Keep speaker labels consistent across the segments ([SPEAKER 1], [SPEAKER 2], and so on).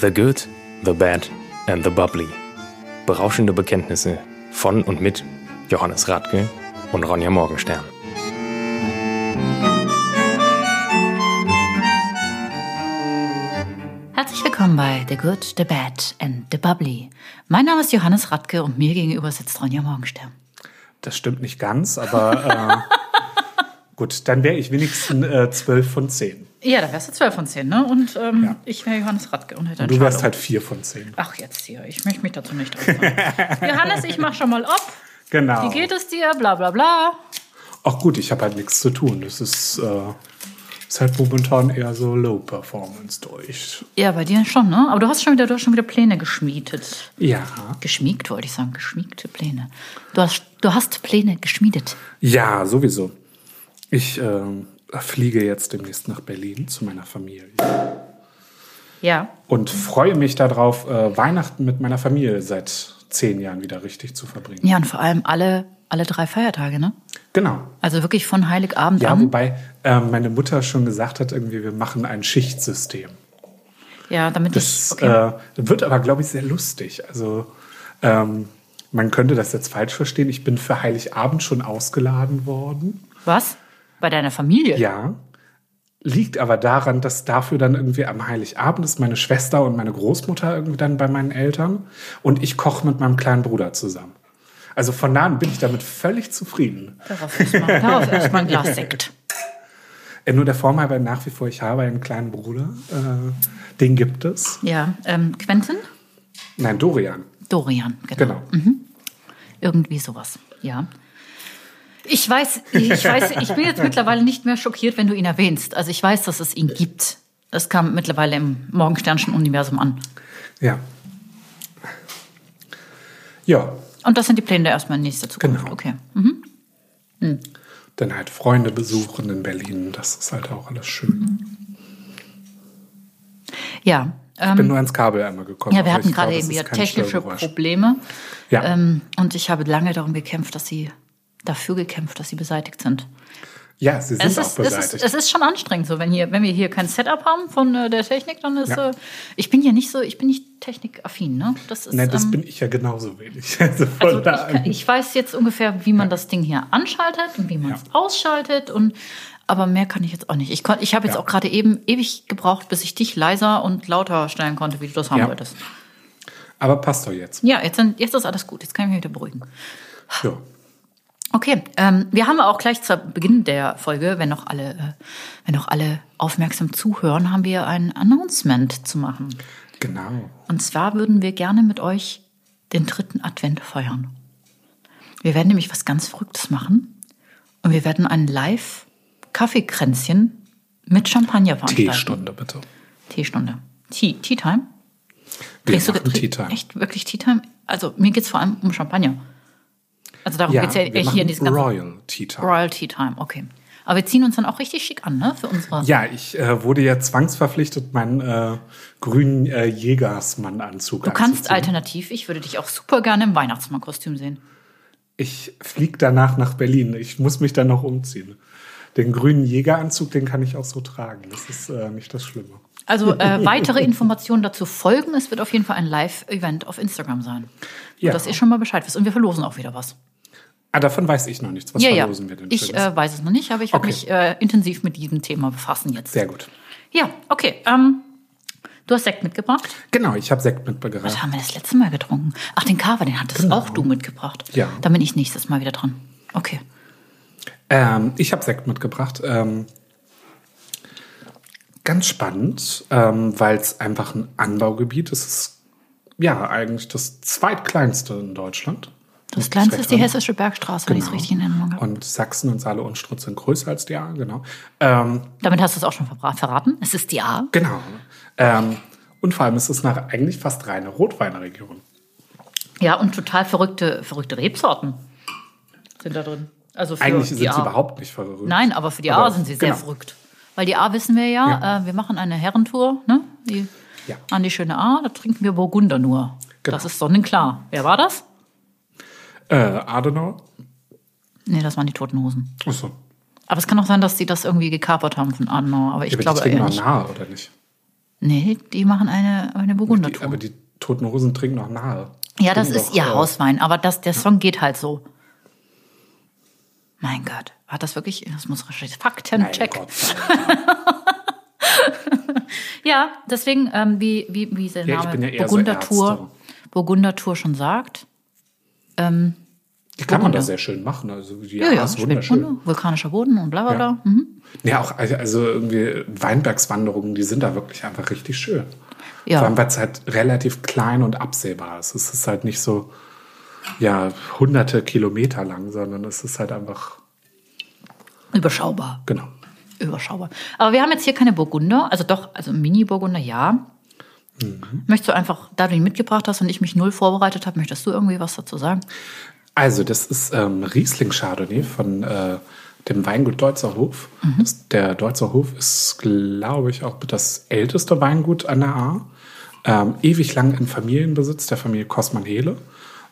[SPEAKER 1] The Good, The Bad and The Bubbly. Berauschende Bekenntnisse von und mit Johannes Radke und Ronja Morgenstern.
[SPEAKER 2] Herzlich willkommen bei The Good, The Bad and The Bubbly. Mein Name ist Johannes Radke und mir gegenüber sitzt Ronja Morgenstern.
[SPEAKER 3] Das stimmt nicht ganz, aber äh, gut, dann wäre ich wenigstens äh, 12 von 10.
[SPEAKER 2] Ja, da wärst du 12 von 10, ne? Und ähm,
[SPEAKER 3] Ja.
[SPEAKER 2] ich wäre Johannes Radke und hätte
[SPEAKER 3] Du wärst
[SPEAKER 2] Entscheidung.
[SPEAKER 3] halt 4 von 10.
[SPEAKER 2] Ach, jetzt hier, ich möchte mich dazu nicht äußern. Johannes, ich mach schon mal ab.
[SPEAKER 3] Genau.
[SPEAKER 2] Wie geht es dir? Bla bla bla.
[SPEAKER 3] Ach gut, ich habe halt nichts zu tun. Das ist, äh, ist halt momentan eher so Low-Performance durch.
[SPEAKER 2] Ja, bei dir schon, ne? Aber du hast schon wieder, du hast schon wieder Pläne geschmiedet.
[SPEAKER 3] Ja.
[SPEAKER 2] Geschmiegt, wollte ich sagen. Geschmiegte Pläne. Du hast, du hast Pläne geschmiedet.
[SPEAKER 3] Ja, sowieso. Ich ähm, fliege jetzt demnächst nach Berlin zu meiner Familie
[SPEAKER 2] Ja.
[SPEAKER 3] und freue mich darauf, äh, Weihnachten mit meiner Familie seit zehn Jahren wieder richtig zu verbringen.
[SPEAKER 2] Ja, und vor allem alle, alle drei Feiertage, ne?
[SPEAKER 3] Genau.
[SPEAKER 2] Also wirklich von Heiligabend
[SPEAKER 3] Ja,
[SPEAKER 2] an.
[SPEAKER 3] wobei ähm, meine Mutter schon gesagt hat, irgendwie, wir machen ein Schichtsystem.
[SPEAKER 2] Ja, damit
[SPEAKER 3] Das
[SPEAKER 2] ich, okay.
[SPEAKER 3] äh, wird aber, glaube ich, sehr lustig. Also ähm, man könnte das jetzt falsch verstehen. Ich bin für Heiligabend schon ausgeladen worden.
[SPEAKER 2] Was? Bei deiner Familie?
[SPEAKER 3] äh, Ja. Liegt aber daran, dass dafür dann irgendwie am Heiligabend ist meine Schwester und meine Großmutter irgendwie dann bei meinen Eltern und ich koche mit meinem kleinen Bruder zusammen. Also von da an bin ich damit völlig zufrieden.
[SPEAKER 2] Darauf erstmal darauf erst mal ein Glas Sekt.
[SPEAKER 3] Äh, nur der Form halber nach wie vor, ich habe einen kleinen Bruder. Äh, den gibt es.
[SPEAKER 2] Ja, ähm, Quentin?
[SPEAKER 3] Nein, Dorian.
[SPEAKER 2] Dorian, genau.
[SPEAKER 3] Genau.
[SPEAKER 2] Irgendwie sowas, ja. Ich weiß, ich weiß, ich bin jetzt mittlerweile nicht mehr schockiert, wenn du ihn erwähnst. Also ich weiß, dass es ihn gibt. Das kam mittlerweile im Morgensternschen Universum an.
[SPEAKER 3] Ja. Ja,
[SPEAKER 2] Und das sind die Pläne erstmal in nächster Zukunft.
[SPEAKER 3] Genau.
[SPEAKER 2] Okay. Mhm.
[SPEAKER 3] dann halt Freunde besuchen in Berlin. Das ist halt auch alles schön.
[SPEAKER 2] Ja. Ähm,
[SPEAKER 3] Bin nur ans Kabel einmal gekommen.
[SPEAKER 2] ja, wir
[SPEAKER 3] aber
[SPEAKER 2] hatten
[SPEAKER 3] ich glaube,
[SPEAKER 2] gerade
[SPEAKER 3] es
[SPEAKER 2] eben
[SPEAKER 3] ist
[SPEAKER 2] wieder
[SPEAKER 3] kein
[SPEAKER 2] technische
[SPEAKER 3] Störgeräusch.
[SPEAKER 2] Probleme.
[SPEAKER 3] Ja.
[SPEAKER 2] Ähm, und ich habe lange darum gekämpft, dass sie dafür gekämpft, dass sie beseitigt sind.
[SPEAKER 3] Ja, sie sind
[SPEAKER 2] Es
[SPEAKER 3] auch
[SPEAKER 2] ist, es,
[SPEAKER 3] beseitigt.
[SPEAKER 2] ist, es ist schon anstrengend, so wenn, hier, wenn wir hier kein Setup haben von äh, der Technik, dann ist
[SPEAKER 3] Ja.
[SPEAKER 2] äh, ich bin ja nicht so, ich bin nicht technikaffin, ne? Das ist,
[SPEAKER 3] Nein, das
[SPEAKER 2] ähm,
[SPEAKER 3] bin ich ja genauso wenig. Also von
[SPEAKER 2] also ich,
[SPEAKER 3] da
[SPEAKER 2] kann,
[SPEAKER 3] an.
[SPEAKER 2] ich weiß jetzt ungefähr, wie man das Ding hier anschaltet und wie man es ausschaltet und aber mehr kann ich jetzt auch nicht. Ich, kon, ich habe jetzt
[SPEAKER 3] Ja.
[SPEAKER 2] auch gerade eben ewig gebraucht, bis ich dich leiser und lauter stellen konnte, wie du das haben
[SPEAKER 3] Ja.
[SPEAKER 2] wolltest.
[SPEAKER 3] Aber passt doch jetzt.
[SPEAKER 2] Ja, jetzt, sind, jetzt ist alles gut. Jetzt kann ich mich wieder beruhigen.
[SPEAKER 3] Ja.
[SPEAKER 2] Okay, ähm, wir haben auch gleich zu Beginn der Folge, wenn noch alle, äh, wenn noch alle aufmerksam zuhören, haben wir ein Announcement zu machen.
[SPEAKER 3] Genau.
[SPEAKER 2] Und zwar würden wir gerne mit euch den dritten Advent feiern. Wir werden nämlich was ganz Verrücktes machen und wir werden ein Live-Kaffeekränzchen mit Champagner veranstalten.
[SPEAKER 3] Teestunde bitte.
[SPEAKER 2] Teestunde. Tea, Tea Time?
[SPEAKER 3] Wir
[SPEAKER 2] Trinkst du-
[SPEAKER 3] machen
[SPEAKER 2] trink-
[SPEAKER 3] Tea Time.
[SPEAKER 2] Echt, wirklich Tea Time? Also mir geht es vor allem um Champagner. Also darum
[SPEAKER 3] Ja,
[SPEAKER 2] geht es ja
[SPEAKER 3] wir
[SPEAKER 2] hier in
[SPEAKER 3] machen
[SPEAKER 2] diesem ganzen
[SPEAKER 3] Royal Tea Time.
[SPEAKER 2] Royal Tea Time, okay. Aber wir ziehen uns dann auch richtig schick an, ne? Für unsere.
[SPEAKER 3] Ja, ich äh, wurde ja zwangsverpflichtet, meinen äh, grünen äh, Jägersmann-Anzug
[SPEAKER 2] du kannst
[SPEAKER 3] anzuziehen.
[SPEAKER 2] alternativ, ich würde dich auch super gerne im Weihnachtsmannkostüm sehen.
[SPEAKER 3] Ich fliege danach nach Berlin. Ich muss mich dann noch umziehen. Den grünen Jägeranzug, den kann ich auch so tragen. Das ist äh, nicht das Schlimme.
[SPEAKER 2] Also äh, weitere Informationen dazu folgen. Es wird auf jeden Fall ein Live-Event auf Instagram sein. Ja.
[SPEAKER 3] Ja.
[SPEAKER 2] Dass ihr schon mal Bescheid wisst. Und wir verlosen auch wieder was.
[SPEAKER 3] Ah, davon weiß ich noch nichts. Was
[SPEAKER 2] ja, ja.
[SPEAKER 3] verlosen wir denn?
[SPEAKER 2] Ich
[SPEAKER 3] Schönes?
[SPEAKER 2] äh, weiß es noch nicht, aber ich werde
[SPEAKER 3] Okay.
[SPEAKER 2] mich äh, intensiv mit diesem Thema befassen jetzt.
[SPEAKER 3] Sehr gut.
[SPEAKER 2] Ja, okay. Ähm, du hast Sekt mitgebracht.
[SPEAKER 3] Genau, ich habe Sekt
[SPEAKER 2] Was
[SPEAKER 3] mitgebracht.
[SPEAKER 2] haben wir das letzte Mal getrunken? Ach, den Kava, den hattest auch du mitgebracht.
[SPEAKER 3] Genau. Ja.
[SPEAKER 2] Da bin ich nächstes Mal wieder dran. Okay.
[SPEAKER 3] Ähm, ich habe Sekt mitgebracht. Ähm, ganz spannend, ähm, weil es einfach ein Anbaugebiet ist. Es ist ja eigentlich das zweitkleinste in Deutschland.
[SPEAKER 2] Das kleinste ist die
[SPEAKER 3] Recht, ne?
[SPEAKER 2] Hessische Bergstraße, wenn ich es richtig in Erinnerung habe.
[SPEAKER 3] Und Sachsen und Saale und Strutz sind größer als die A, genau. Ähm,
[SPEAKER 2] Damit hast du es auch schon verbra- verraten. Es ist die A.
[SPEAKER 3] Genau. Ähm, und vor allem ist es nach eigentlich fast reine Rotweinregion.
[SPEAKER 2] Ja, und total verrückte, verrückte Rebsorten sind da drin. Also für
[SPEAKER 3] Eigentlich
[SPEAKER 2] die
[SPEAKER 3] sind sie
[SPEAKER 2] A.
[SPEAKER 3] überhaupt nicht verrückt.
[SPEAKER 2] Nein, aber für die A
[SPEAKER 3] Aber-
[SPEAKER 2] sind sie sehr
[SPEAKER 3] genau.
[SPEAKER 2] verrückt. Weil die A wissen wir ja,
[SPEAKER 3] Ja.
[SPEAKER 2] Äh, wir machen eine Herrentour ne? die,
[SPEAKER 3] Ja.
[SPEAKER 2] an die schöne A, da trinken wir Burgunder nur.
[SPEAKER 3] Genau.
[SPEAKER 2] Das ist sonnenklar. Wer war das?
[SPEAKER 3] Äh, Adenauer?
[SPEAKER 2] Nee, das waren die Toten Hosen.
[SPEAKER 3] Achso.
[SPEAKER 2] Aber es kann auch sein, dass sie das irgendwie gekapert haben von Adenauer. Aber ich
[SPEAKER 3] Ich ja, glaube,
[SPEAKER 2] glaube
[SPEAKER 3] die trinken
[SPEAKER 2] eher
[SPEAKER 3] noch
[SPEAKER 2] nicht.
[SPEAKER 3] nahe, oder nicht?
[SPEAKER 2] Nee, die machen eine, eine
[SPEAKER 3] Die,
[SPEAKER 2] Burgundertour.
[SPEAKER 3] aber die Toten Hosen trinken noch nahe.
[SPEAKER 2] Ja, das
[SPEAKER 3] Trinken
[SPEAKER 2] ist
[SPEAKER 3] doch,
[SPEAKER 2] ihr
[SPEAKER 3] äh,
[SPEAKER 2] Hauswein, aber das, der Song geht halt so. Mein Gott, war das wirklich? Das muss recherchiert.
[SPEAKER 3] mein
[SPEAKER 2] Faktencheck.
[SPEAKER 3] Gott.
[SPEAKER 2] Ja, deswegen, ähm, wie, wie, wie der
[SPEAKER 3] Ja, ich
[SPEAKER 2] Name
[SPEAKER 3] bin ja eher so
[SPEAKER 2] Burgundertour,
[SPEAKER 3] Ärzte.
[SPEAKER 2] Burgundertour schon sagt. Ähm,
[SPEAKER 3] Die kann man da
[SPEAKER 2] Burgunder.
[SPEAKER 3] sehr schön machen. Also die
[SPEAKER 2] ja, ne?
[SPEAKER 3] ja,
[SPEAKER 2] ja,
[SPEAKER 3] ist wunderschön.
[SPEAKER 2] Spätburgunder, vulkanischer Boden und bla bla bla.
[SPEAKER 3] Ja.
[SPEAKER 2] Mhm.
[SPEAKER 3] Ja, auch also- also irgendwie Weinbergswanderungen, die sind da wirklich einfach richtig schön.
[SPEAKER 2] Ja.
[SPEAKER 3] Vor allem, weil es halt relativ klein und absehbar ist. Es ist halt nicht so, ja, hunderte Kilometer lang, sondern es ist halt einfach,
[SPEAKER 2] Überschaubar.
[SPEAKER 3] genau.
[SPEAKER 2] Überschaubar. Aber wir haben jetzt hier keine Burgunder, also doch, also Mini-Burgunder, ja.
[SPEAKER 3] Mhm.
[SPEAKER 2] Möchtest du einfach, da du ihn mitgebracht hast und ich mich null vorbereitet habe, möchtest du irgendwie was dazu sagen?
[SPEAKER 3] Also, das ist ähm, Riesling Chardonnay von äh, dem Weingut Deutzer Hof. Das, der Deutzer Hof ist, glaube ich, auch das älteste Weingut an der Ahr. Ähm, ewig lang in Familienbesitz der Familie Kossmann-Hele.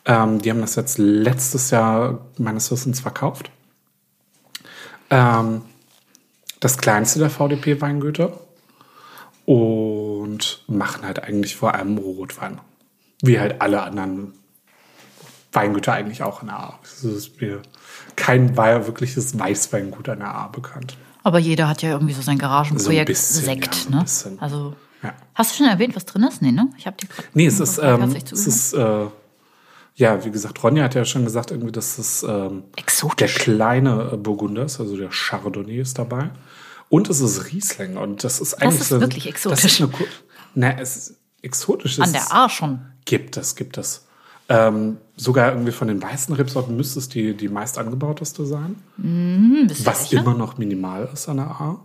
[SPEAKER 3] Ähm, die haben das jetzt letztes Jahr meines Wissens verkauft. Ähm, das kleinste der VDP-Weingüter. Und machen halt eigentlich vor allem Rotwein. Wie halt alle anderen Weingüter eigentlich auch in der A. Also Es ist mir kein Wei- wirkliches Weißweingut an der A bekannt.
[SPEAKER 2] Aber jeder hat ja irgendwie so sein Garagenprojekt
[SPEAKER 3] bisschen,
[SPEAKER 2] Sekt,
[SPEAKER 3] ja, ein
[SPEAKER 2] ne?
[SPEAKER 3] bisschen.
[SPEAKER 2] Also
[SPEAKER 3] Ja.
[SPEAKER 2] hast du schon erwähnt, was drin ist? Nee, ne? Ich habe die
[SPEAKER 3] Nee, es ist,
[SPEAKER 2] Hat
[SPEAKER 3] ähm,
[SPEAKER 2] sich zu
[SPEAKER 3] es
[SPEAKER 2] üben.
[SPEAKER 3] ist äh, ja, wie gesagt, Ronja hat ja schon gesagt, irgendwie, dass es ähm, der
[SPEAKER 2] exotisch.
[SPEAKER 3] kleine äh, Burgunder ist, also der Chardonnay ist dabei. Und es ist Riesling und das ist eigentlich
[SPEAKER 2] ist
[SPEAKER 3] so,
[SPEAKER 2] wirklich
[SPEAKER 3] Das ist
[SPEAKER 2] exotisch.
[SPEAKER 3] eine, Ku- na, es ist exotisch. es
[SPEAKER 2] An der
[SPEAKER 3] ist-
[SPEAKER 2] A schon.
[SPEAKER 3] Gibt es, gibt es. Ähm, sogar irgendwie von den weißen Rebsorten müsste es die, die meist angebauteste sein.
[SPEAKER 2] Hm, bist du
[SPEAKER 3] Was
[SPEAKER 2] sicher?
[SPEAKER 3] immer noch minimal ist an der A.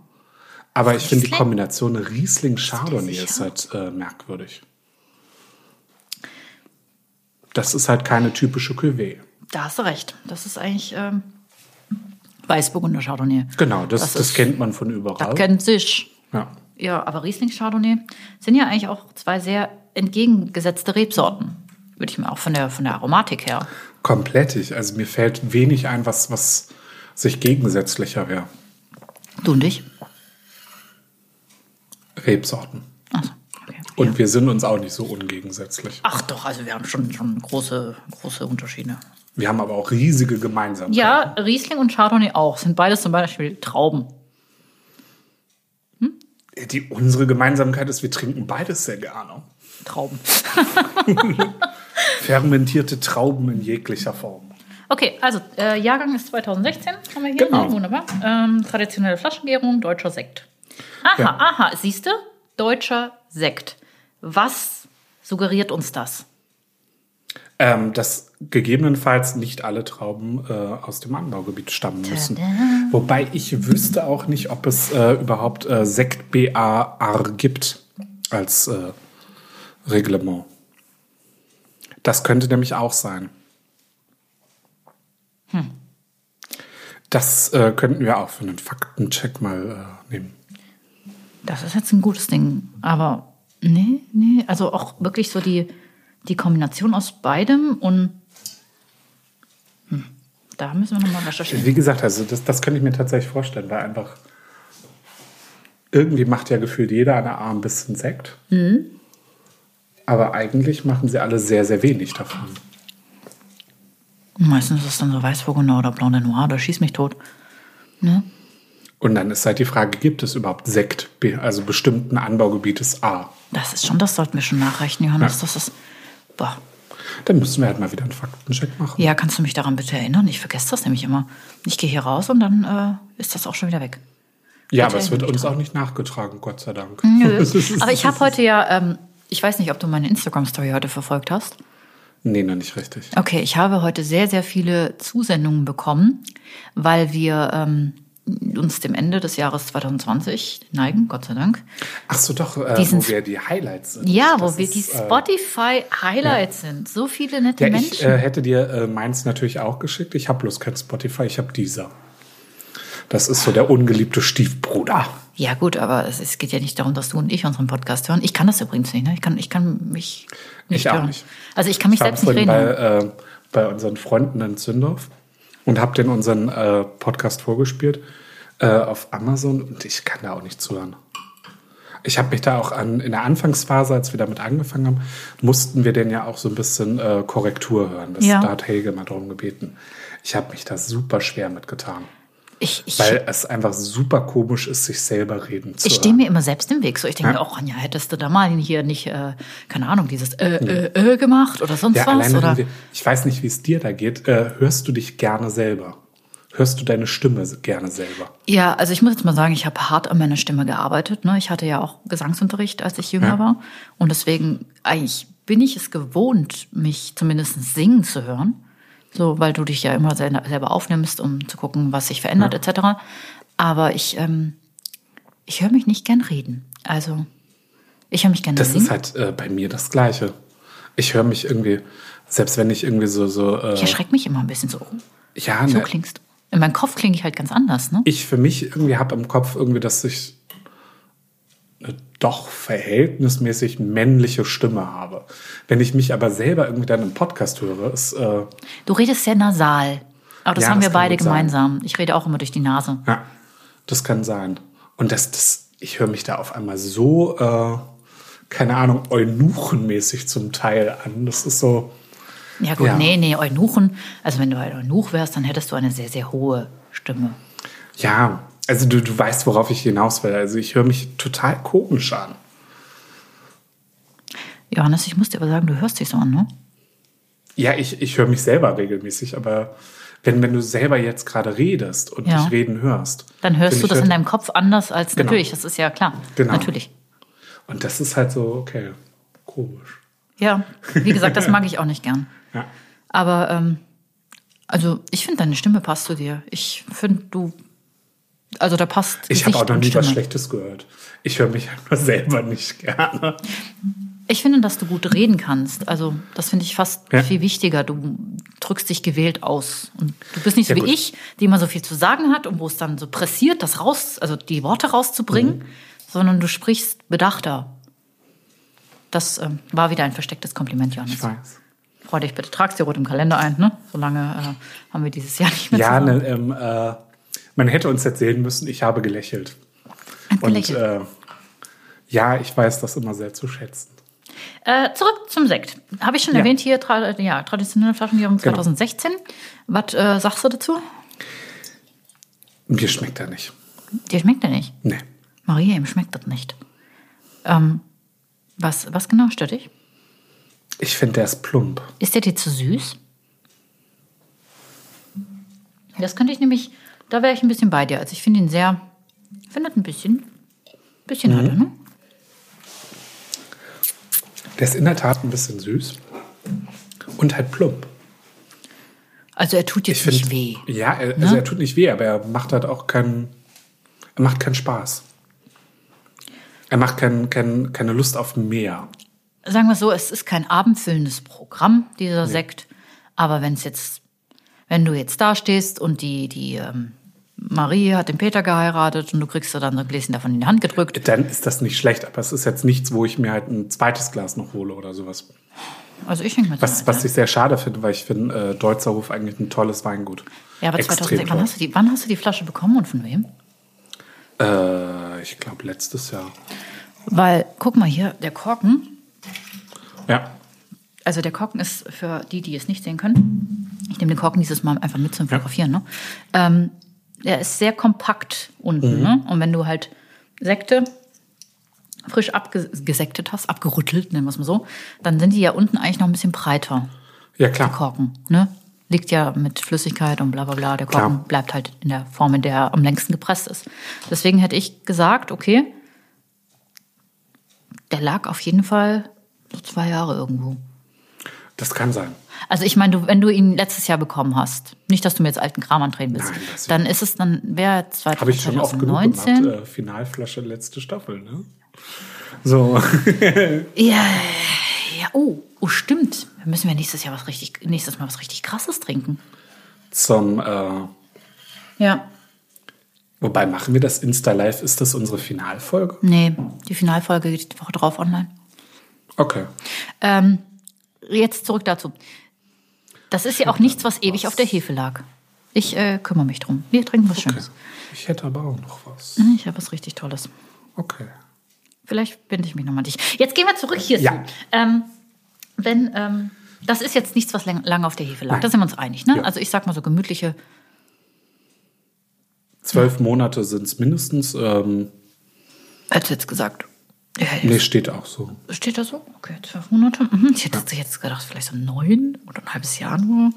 [SPEAKER 3] Aber ich finde die
[SPEAKER 2] Riesling?
[SPEAKER 3] Kombination Riesling-Chardonnay
[SPEAKER 2] sicher?
[SPEAKER 3] ist halt äh, merkwürdig. Das ist halt keine typische Cuvée.
[SPEAKER 2] Da hast du recht. Das ist eigentlich ähm, Weißburgunder Chardonnay.
[SPEAKER 3] Genau, das, das,
[SPEAKER 2] ist-
[SPEAKER 3] kennt man von
[SPEAKER 2] Das
[SPEAKER 3] überall.
[SPEAKER 2] kennt sich.
[SPEAKER 3] ja.
[SPEAKER 2] Ja, aber Riesling Chardonnay sind ja eigentlich auch zwei sehr entgegengesetzte Rebsorten. Würde ich mir auch von der, von der Aromatik her.
[SPEAKER 3] Komplettig. Also mir fällt wenig ein, was, was sich gegensätzlicher wäre.
[SPEAKER 2] Du und ich?
[SPEAKER 3] Rebsorten.
[SPEAKER 2] Achso, okay.
[SPEAKER 3] Und
[SPEAKER 2] ja.
[SPEAKER 3] wir sind uns auch nicht so ungegensätzlich.
[SPEAKER 2] Ach doch, also wir haben schon, schon große, große Unterschiede.
[SPEAKER 3] Wir haben aber auch riesige Gemeinsamkeiten.
[SPEAKER 2] Ja, Riesling und Chardonnay auch. Sind beides zum Beispiel Trauben.
[SPEAKER 3] Die, unsere Gemeinsamkeit ist, wir trinken beides sehr gerne.
[SPEAKER 2] Trauben.
[SPEAKER 3] Fermentierte Trauben in jeglicher Form.
[SPEAKER 2] Okay, also äh, Jahrgang ist 2016, haben wir hier.
[SPEAKER 3] Genau.
[SPEAKER 2] Ja, wunderbar. Ähm, traditionelle Flaschengärung, deutscher Sekt. Aha,
[SPEAKER 3] Ja.
[SPEAKER 2] aha, siehst du? Deutscher Sekt. Was suggeriert uns das?
[SPEAKER 3] Ähm, dass gegebenenfalls nicht alle Trauben äh, aus dem Anbaugebiet stammen müssen. Wobei ich wüsste auch nicht, ob es äh, überhaupt äh, Sekt BAR gibt als äh, Reglement. Das könnte nämlich auch sein. Das äh, könnten wir auch für einen Faktencheck mal äh, nehmen.
[SPEAKER 2] Das ist jetzt ein gutes Ding, aber nee, nee, also auch wirklich so die, die Kombination aus beidem und hm, da müssen wir nochmal recherchieren.
[SPEAKER 3] Wie gesagt, also das, das könnte ich mir tatsächlich vorstellen, weil einfach irgendwie macht ja gefühlt jeder an der Arm ein bisschen Sekt.
[SPEAKER 2] Mhm.
[SPEAKER 3] Aber eigentlich machen sie alle sehr, sehr wenig davon.
[SPEAKER 2] Meistens ist es dann so Weißburgunder oder Blanc de Noir oder Schieß mich tot. Ne?
[SPEAKER 3] Und dann ist halt die Frage, gibt es überhaupt Sekt, B- also bestimmten Anbaugebietes A?
[SPEAKER 2] Das ist schon, das sollten wir schon nachrechnen, Johannes.
[SPEAKER 3] Ja.
[SPEAKER 2] Das ist. Boah.
[SPEAKER 3] Dann müssen wir halt mal wieder einen Faktencheck machen.
[SPEAKER 2] Ja, kannst du mich daran bitte erinnern? Ich vergesse das nämlich immer. Ich gehe hier raus und dann äh, ist das auch schon wieder weg.
[SPEAKER 3] Ja, aber es
[SPEAKER 2] Erzähl
[SPEAKER 3] wird
[SPEAKER 2] mir
[SPEAKER 3] uns auch nicht nachgetragen, Gott sei Dank.
[SPEAKER 2] Nö. Aber ich habe heute ja, ähm, ich weiß nicht, ob du meine Instagram-Story heute verfolgt hast.
[SPEAKER 3] Nee, noch nicht richtig.
[SPEAKER 2] Okay, ich habe heute sehr, sehr viele Zusendungen bekommen, weil wir ähm, uns dem Ende des Jahres 2020 neigen, Gott sei Dank.
[SPEAKER 3] Ach so, doch, äh,
[SPEAKER 2] Diesen
[SPEAKER 3] wo wir die Highlights sind.
[SPEAKER 2] Ja,
[SPEAKER 3] Das
[SPEAKER 2] wo wir
[SPEAKER 3] ist,
[SPEAKER 2] die
[SPEAKER 3] äh,
[SPEAKER 2] Spotify-Highlights sind. So viele nette
[SPEAKER 3] Ja, ich
[SPEAKER 2] Menschen.
[SPEAKER 3] äh, hätte dir äh, meins natürlich auch geschickt. Ich habe bloß kein Spotify, ich habe dieser. Das ist so der ungeliebte
[SPEAKER 2] Ah,
[SPEAKER 3] Stiefbruder.
[SPEAKER 2] ja, gut, aber es, es geht ja nicht darum, dass du und ich unseren Podcast hören. Ich kann das übrigens nicht, ne? Ich kann, ich kann mich nicht
[SPEAKER 3] Ich auch
[SPEAKER 2] hören.
[SPEAKER 3] nicht.
[SPEAKER 2] Also ich kann mich
[SPEAKER 3] Ich war
[SPEAKER 2] selbst nicht
[SPEAKER 3] vorhin
[SPEAKER 2] reden.
[SPEAKER 3] bei,
[SPEAKER 2] hören.
[SPEAKER 3] äh, bei unseren Freunden in Zündorf und habe den unseren äh, Podcast vorgespielt äh, auf Amazon und ich kann da auch nicht zuhören. Ich habe mich da auch an, in der Anfangsphase, als wir damit angefangen haben, mussten wir den ja auch so ein bisschen äh, Korrektur hören. Das,
[SPEAKER 2] Ja.
[SPEAKER 3] Da hat Helge mal darum gebeten. Ich habe mich da super schwer mitgetan,
[SPEAKER 2] Ich, ich,
[SPEAKER 3] weil es einfach super komisch ist, sich selber reden zu
[SPEAKER 2] ich stehe
[SPEAKER 3] hören.
[SPEAKER 2] mir immer selbst im Weg. So, ich denke mir auch, Anja, hättest du da mal hier nicht, äh, keine Ahnung, dieses äh, äh, äh gemacht oder sonst
[SPEAKER 3] Ja,
[SPEAKER 2] was?
[SPEAKER 3] alleine,
[SPEAKER 2] Oder?
[SPEAKER 3] wenn wir, ich weiß nicht, wie es dir da geht. Äh, hörst du dich gerne selber? Hörst du deine Stimme gerne selber?
[SPEAKER 2] Ja, also ich muss jetzt mal sagen, ich habe hart an meiner Stimme gearbeitet. Ne? Ich hatte ja auch Gesangsunterricht, als ich jünger
[SPEAKER 3] Ja.
[SPEAKER 2] war. Und deswegen, eigentlich bin ich es gewohnt, mich zumindest singen zu hören. So, weil du dich ja immer sel- selber aufnimmst, um zu gucken, was sich verändert, etc. Aber ich, ähm, ich höre mich nicht gern reden. Also, ich höre mich gerne
[SPEAKER 3] Das
[SPEAKER 2] singen.
[SPEAKER 3] ist halt äh, bei mir das Gleiche. Ich höre mich irgendwie, selbst wenn ich irgendwie so, so äh,
[SPEAKER 2] ich erschrecke mich immer ein bisschen so. Oh,
[SPEAKER 3] ja,
[SPEAKER 2] so
[SPEAKER 3] ne,
[SPEAKER 2] klingst du. In meinem Kopf klinge ich halt ganz anders, ne?
[SPEAKER 3] ich für mich irgendwie habe im Kopf irgendwie, dass ich eine doch verhältnismäßig männliche Stimme habe. Wenn ich mich aber selber irgendwie dann im Podcast höre, ist äh,
[SPEAKER 2] Du redest sehr nasal. Aber das
[SPEAKER 3] Ja,
[SPEAKER 2] haben
[SPEAKER 3] das
[SPEAKER 2] wir
[SPEAKER 3] kann
[SPEAKER 2] beide
[SPEAKER 3] gut sein.
[SPEAKER 2] gemeinsam. Ich rede auch immer durch die Nase.
[SPEAKER 3] ja, das kann sein. Und das, das ich höre mich da auf einmal so, äh, keine Ahnung, eunuchenmäßig zum Teil an. Das ist so,
[SPEAKER 2] Ja gut,
[SPEAKER 3] Ja.
[SPEAKER 2] nee, nee, Eunuchen. Also wenn du ein Eunuch wärst, dann hättest du eine sehr, sehr hohe Stimme.
[SPEAKER 3] Ja, also du, du weißt, worauf ich hinaus will. Also ich höre mich total komisch an.
[SPEAKER 2] Johannes, ich muss dir aber sagen, du hörst dich so an, ne?
[SPEAKER 3] Ja, ich, ich höre mich selber regelmäßig, aber wenn, wenn du selber jetzt gerade redest und
[SPEAKER 2] Ja.
[SPEAKER 3] dich reden hörst.
[SPEAKER 2] Dann hörst du
[SPEAKER 3] finde ich
[SPEAKER 2] das in
[SPEAKER 3] halt-
[SPEAKER 2] deinem Kopf anders als
[SPEAKER 3] Genau.
[SPEAKER 2] natürlich, das ist ja klar.
[SPEAKER 3] Genau.
[SPEAKER 2] Natürlich.
[SPEAKER 3] Und das ist halt so, okay, komisch.
[SPEAKER 2] Ja, wie gesagt, das mag ich auch nicht gern.
[SPEAKER 3] Ja.
[SPEAKER 2] Aber ähm, also ich finde, deine Stimme passt zu dir. Ich finde, du. Also da passt.
[SPEAKER 3] Ich habe
[SPEAKER 2] Gesicht
[SPEAKER 3] auch noch
[SPEAKER 2] und
[SPEAKER 3] nie was
[SPEAKER 2] Stimme.
[SPEAKER 3] Schlechtes gehört. Ich höre mich halt nur selber nicht gerne.
[SPEAKER 2] Ich finde, dass du gut reden kannst. Also, das finde ich fast
[SPEAKER 3] Ja.
[SPEAKER 2] viel wichtiger. Du drückst dich gewählt aus. Und du bist nicht so
[SPEAKER 3] Ja,
[SPEAKER 2] wie
[SPEAKER 3] gut.
[SPEAKER 2] ich, die immer so viel zu sagen hat und wo es dann so pressiert, das raus, also die Worte rauszubringen,
[SPEAKER 3] Mhm.
[SPEAKER 2] sondern du sprichst bedachter. Das ähm, war wieder ein verstecktes Kompliment, Johannes.
[SPEAKER 3] Ich weiß.
[SPEAKER 2] Freu dich bitte, tragst dir rot im Kalender ein, ne? Solange äh, haben wir dieses Jahr nicht mehr
[SPEAKER 3] Ja,
[SPEAKER 2] zusammen.
[SPEAKER 3] ne, ähm, äh, man hätte uns jetzt sehen müssen, ich habe gelächelt.
[SPEAKER 2] Hat
[SPEAKER 3] Und
[SPEAKER 2] gelächelt.
[SPEAKER 3] äh, ja, ich weiß das immer sehr zu schätzen.
[SPEAKER 2] Äh, zurück zum Sekt. Habe ich schon
[SPEAKER 3] Ja. Genau.
[SPEAKER 2] erwähnt hier, tra ja, traditionelle Flaschengärung 2016. Was äh, sagst du dazu?
[SPEAKER 3] Mir schmeckt er nicht.
[SPEAKER 2] Dir schmeckt der nicht.
[SPEAKER 3] Nee.
[SPEAKER 2] Maria, ihm schmeckt das nicht. Ähm, was, was genau stört dich?
[SPEAKER 3] Ich finde, der ist plump.
[SPEAKER 2] Ist der dir zu süß? Das könnte ich nämlich, da wäre ich ein bisschen bei dir. Also ich finde ihn sehr, ich finde das ein bisschen, bisschen
[SPEAKER 3] Mhm.
[SPEAKER 2] hat er, ne?
[SPEAKER 3] Der ist in der Tat ein bisschen süß und halt plump.
[SPEAKER 2] Also er tut jetzt
[SPEAKER 3] find-
[SPEAKER 2] nicht weh.
[SPEAKER 3] Ja, er, also
[SPEAKER 2] Ne?
[SPEAKER 3] er tut nicht weh, aber er macht halt auch keinen, er macht keinen Spaß. Er macht kein, kein, keine Lust auf mehr.
[SPEAKER 2] Sagen wir es so, es ist kein abendfüllendes Programm, dieser Sekt. Aber wenn es jetzt, wenn du jetzt da stehst und die, die ähm, Marie hat den Peter geheiratet und du kriegst da dann so ein Gläschen davon in die Hand gedrückt,
[SPEAKER 3] Dann ist das nicht schlecht, aber es ist jetzt nichts, wo ich mir halt ein zweites Glas noch hole oder sowas.
[SPEAKER 2] also ich denke mir
[SPEAKER 3] Was, was ich sehr schade finde, weil ich finde äh, Deutzer Hof eigentlich ein tolles Weingut.
[SPEAKER 2] Ja, aber
[SPEAKER 3] Extrem
[SPEAKER 2] 2006, wann
[SPEAKER 3] toll.
[SPEAKER 2] hast, du die, wann hast du die Flasche bekommen und von wem?
[SPEAKER 3] Äh, ich glaube letztes Jahr.
[SPEAKER 2] Weil, guck mal hier, der Korken,
[SPEAKER 3] Ja,
[SPEAKER 2] also der Korken ist für die, die es nicht sehen können, ich nehme den Korken dieses Mal einfach mit zum Fotografieren, ne? ähm, der ist sehr kompakt unten. Ne? Und wenn du halt Sekte frisch abgesektet hast, abgerüttelt, nennen wir es mal so, dann sind die ja unten eigentlich noch ein bisschen breiter,
[SPEAKER 3] ja
[SPEAKER 2] der
[SPEAKER 3] klar.
[SPEAKER 2] Korken. Ne? Liegt ja mit Flüssigkeit und bla bla bla. Der Korken
[SPEAKER 3] Klar.
[SPEAKER 2] bleibt halt in der Form, in der er am längsten gepresst ist. Deswegen hätte ich gesagt, okay, der lag auf jeden Fall so zwei Jahre irgendwo.
[SPEAKER 3] Das kann sein.
[SPEAKER 2] Also ich meine, du, wenn du ihn letztes Jahr bekommen hast, nicht, dass du mir jetzt alten Kram andrehen willst,
[SPEAKER 3] Nein, das-
[SPEAKER 2] dann ist es dann, wäre
[SPEAKER 3] Habe ich schon oft genug
[SPEAKER 2] 2019.
[SPEAKER 3] gemacht. Äh, Finalflasche letzte Staffel, ne? So.
[SPEAKER 2] Ja, ja, oh, oh, stimmt. Dann müssen wir nächstes Jahr was richtig, nächstes Mal was richtig krasses trinken.
[SPEAKER 3] zum, äh,
[SPEAKER 2] Ja.
[SPEAKER 3] wobei machen wir das Insta-Live? Ist das unsere Finalfolge?
[SPEAKER 2] Nee, die Finalfolge geht die Woche drauf online.
[SPEAKER 3] Okay.
[SPEAKER 2] Ähm, jetzt zurück dazu. Das ist ja auch nichts, was ewig auf der Hefe lag. Ich äh, kümmere mich drum. Wir trinken was
[SPEAKER 3] okay.
[SPEAKER 2] Schönes. Mhm,
[SPEAKER 3] Ich hätte aber auch noch was.
[SPEAKER 2] Ich habe was richtig Tolles.
[SPEAKER 3] Okay.
[SPEAKER 2] Vielleicht binde ich mich nochmal dich. Jetzt gehen wir zurück hierzu.
[SPEAKER 3] Ja.
[SPEAKER 2] Ähm, wenn, ähm, das ist jetzt nichts, was lang- lange auf der Hefe lag.
[SPEAKER 3] Nein.
[SPEAKER 2] Da sind wir uns einig. Ne?
[SPEAKER 3] Ja.
[SPEAKER 2] Also ich sag mal so gemütliche.
[SPEAKER 3] Zwölf Monate sind es mindestens. Ähm,
[SPEAKER 2] Hättest du jetzt gesagt. Ja,
[SPEAKER 3] nee, steht auch so.
[SPEAKER 2] Steht da so? Okay, zwölf Monate. Mhm. Ich hätte jetzt gedacht, vielleicht so neun oder ein halbes Jahr nur.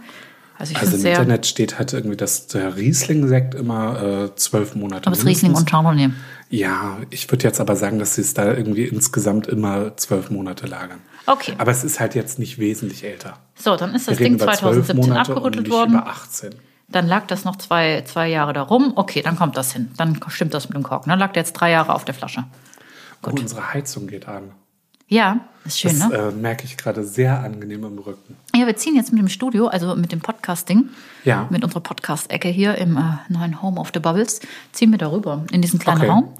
[SPEAKER 2] Also ich
[SPEAKER 3] Also
[SPEAKER 2] finde
[SPEAKER 3] im
[SPEAKER 2] es sehr.
[SPEAKER 3] Internet steht halt irgendwie, dass der Riesling-Sekt immer äh, zwölf Monate
[SPEAKER 2] aber es ist Riesling und
[SPEAKER 3] mindestens-
[SPEAKER 2] Chardonnay.
[SPEAKER 3] Ja, ich würde jetzt aber sagen, dass sie es da irgendwie insgesamt immer zwölf Monate lagern.
[SPEAKER 2] Okay.
[SPEAKER 3] Aber es ist halt jetzt nicht wesentlich älter.
[SPEAKER 2] So, dann ist das
[SPEAKER 3] Wir reden
[SPEAKER 2] Ding
[SPEAKER 3] über 12
[SPEAKER 2] 2017
[SPEAKER 3] Monate
[SPEAKER 2] abgerüttelt
[SPEAKER 3] und nicht
[SPEAKER 2] worden.
[SPEAKER 3] Über 18.
[SPEAKER 2] Dann lag das noch zwei, zwei Jahre da rum. Okay, dann kommt das hin. Dann stimmt das mit dem Korken. Dann lag der jetzt drei Jahre auf der Flasche.
[SPEAKER 3] Oh, unsere Heizung geht an.
[SPEAKER 2] Ja, ist schön,
[SPEAKER 3] Das
[SPEAKER 2] ne?
[SPEAKER 3] äh, merke ich gerade sehr angenehm im Rücken.
[SPEAKER 2] Ja, wir ziehen jetzt mit dem Studio, also mit dem Podcasting,
[SPEAKER 3] Ja.
[SPEAKER 2] mit unserer Podcast-Ecke hier im äh, neuen Home of the Bubbles, ziehen wir darüber in diesen kleinen
[SPEAKER 3] Okay.
[SPEAKER 2] Raum,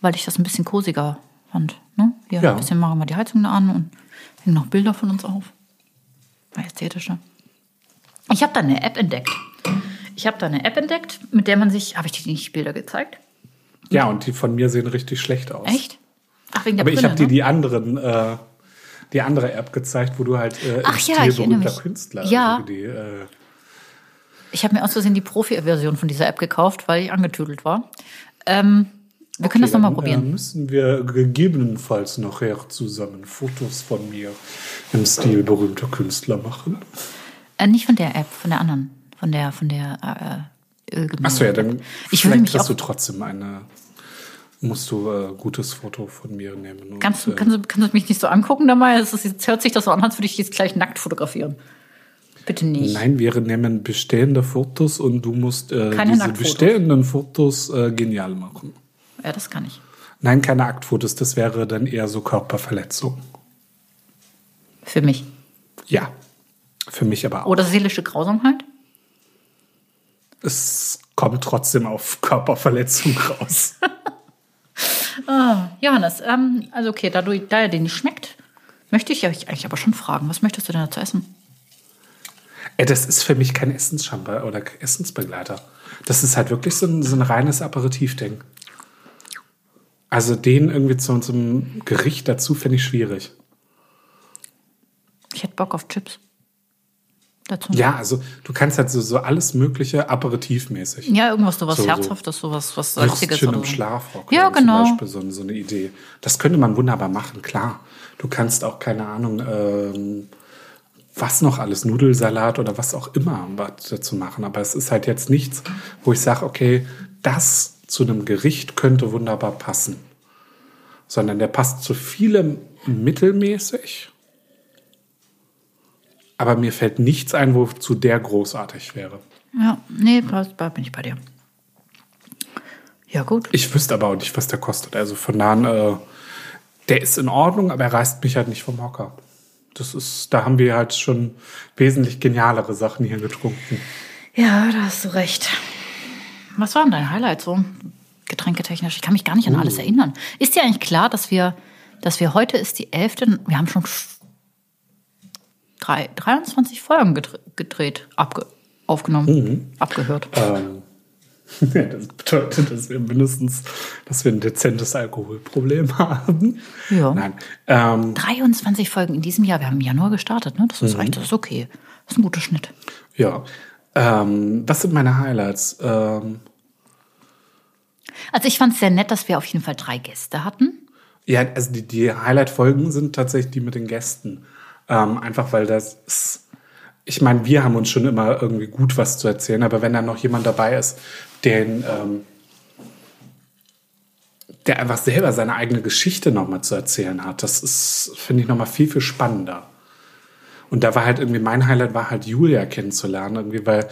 [SPEAKER 2] weil ich das ein bisschen kosiger fand. Ne? Hier
[SPEAKER 3] Ja.
[SPEAKER 2] ein bisschen machen wir die Heizung da an und hängen noch Bilder von uns auf. Majestätische. Ich habe da eine App entdeckt. Ich habe da eine App entdeckt, mit der man sich, habe ich dir nicht Bilder gezeigt?
[SPEAKER 3] Ja, und die von mir sehen richtig schlecht aus.
[SPEAKER 2] Echt? Ach, wegen der
[SPEAKER 3] Aber ich
[SPEAKER 2] Brille,
[SPEAKER 3] habe dir
[SPEAKER 2] ne?
[SPEAKER 3] die anderen, äh, die andere App gezeigt, wo du halt äh, im
[SPEAKER 2] Ach ja, ich erinnere
[SPEAKER 3] berühmter
[SPEAKER 2] mich.
[SPEAKER 3] Künstler
[SPEAKER 2] Ja.
[SPEAKER 3] irgendwie die, äh,
[SPEAKER 2] Ich habe mir aus Versehen die Profi-Version von dieser App gekauft, weil ich angetüdelt war. Ähm, wir können das
[SPEAKER 3] dann,
[SPEAKER 2] nochmal
[SPEAKER 3] Äh,
[SPEAKER 2] probieren.
[SPEAKER 3] müssen wir gegebenenfalls nachher zusammen Fotos von mir im Stil berühmter Künstler machen.
[SPEAKER 2] Äh, nicht von der App, von der anderen. Von der, von der äh, Ölgemälde.
[SPEAKER 3] Achso, ja, dann
[SPEAKER 2] Ich würde
[SPEAKER 3] vielleicht
[SPEAKER 2] mich
[SPEAKER 3] hast
[SPEAKER 2] auch.
[SPEAKER 3] du trotzdem eine, musst du äh, gutes Foto von mir nehmen. und,
[SPEAKER 2] Kannst,
[SPEAKER 3] äh,
[SPEAKER 2] du- kannst, du- kannst du mich nicht so angucken dabei? Es ist, jetzt hört sich das so an, als würde ich jetzt gleich nackt fotografieren. Bitte nicht.
[SPEAKER 3] Nein, wir nehmen bestehende Fotos und du musst äh,
[SPEAKER 2] Keine
[SPEAKER 3] diese
[SPEAKER 2] Nacktfotos.
[SPEAKER 3] bestehenden Fotos äh, genial machen.
[SPEAKER 2] Ja, das kann ich.
[SPEAKER 3] Nein, keine Aktfotos, das wäre dann eher so Körperverletzung.
[SPEAKER 2] Für mich.
[SPEAKER 3] Ja, für mich aber auch.
[SPEAKER 2] Oder seelische halt. Grausamheit?
[SPEAKER 3] Es kommt trotzdem auf Körperverletzung raus.
[SPEAKER 2] Johannes, ähm, also okay, da, du, da er dir nicht schmeckt, möchte ich euch eigentlich aber schon fragen, was möchtest du denn dazu essen?
[SPEAKER 3] Äh, das ist für mich kein Essensschamper oder Essensbegleiter. Das ist halt wirklich so ein, so ein reines Aperitivding. Also den irgendwie zu unserem Gericht dazu finde ich schwierig.
[SPEAKER 2] Ich hätte Bock auf Chips. Dazu.
[SPEAKER 3] Ja, also du kannst halt so, so alles Mögliche aperitivmäßig.
[SPEAKER 2] Ja, irgendwas sowas
[SPEAKER 3] So, so.
[SPEAKER 2] Herzhaftes, sowas was
[SPEAKER 3] Richtig
[SPEAKER 2] Salziges
[SPEAKER 3] schön
[SPEAKER 2] oder
[SPEAKER 3] im
[SPEAKER 2] so.
[SPEAKER 3] Schlafrock.
[SPEAKER 2] Ja,
[SPEAKER 3] wäre
[SPEAKER 2] genau.
[SPEAKER 3] Zum Beispiel so, so eine Idee. Das könnte man wunderbar machen, klar. Du kannst auch, keine Ahnung, ähm, was noch alles, Nudelsalat oder was auch immer was dazu machen. Aber es ist halt jetzt nichts, wo ich sage, okay, das zu einem Gericht könnte wunderbar passen. Sondern der passt zu vielem mittelmäßig. Aber mir fällt nichts ein, wozu der großartig wäre.
[SPEAKER 2] Ja, nee, passt, da bin ich bei dir. Ja, gut.
[SPEAKER 3] Ich wüsste aber auch nicht, was der kostet. Also von daher, äh, der ist in Ordnung, aber er reißt mich halt nicht vom Hocker. Das ist, da haben wir halt schon wesentlich genialere Sachen hier getrunken.
[SPEAKER 2] Ja, da hast du recht. Was waren dein Highlight so getränketechnisch? Ich kann mich gar nicht an alles erinnern. Ist dir eigentlich klar, dass wir, dass wir heute ist die 11. und Wir haben schon f- drei, 23 Folgen gedre- gedreht, abge, aufgenommen, abgehört.
[SPEAKER 3] Ähm, das bedeutet, dass wir mindestens, dass wir ein dezentes Alkoholproblem haben.
[SPEAKER 2] Ja.
[SPEAKER 3] Nein. Ähm,
[SPEAKER 2] 23 Folgen in diesem Jahr. Wir haben im Januar gestartet, ne? Das ist eigentlich, das ist okay. Das ist ein guter Schnitt.
[SPEAKER 3] ja. Ähm, was sind meine Highlights? Ähm,
[SPEAKER 2] Also ich fand es sehr nett, dass wir auf jeden Fall drei Gäste hatten.
[SPEAKER 3] Ja, also die, die Highlight-Folgen sind tatsächlich die mit den Gästen. Ähm, einfach weil das ist, ich meine, wir haben uns schon immer irgendwie gut was zu erzählen, aber wenn dann noch jemand dabei ist, den, ähm, der einfach selber seine eigene Geschichte nochmal zu erzählen hat, das ist, finde ich, nochmal viel, viel spannender. Und da war halt irgendwie mein Highlight, war halt Julia kennenzulernen, irgendwie, weil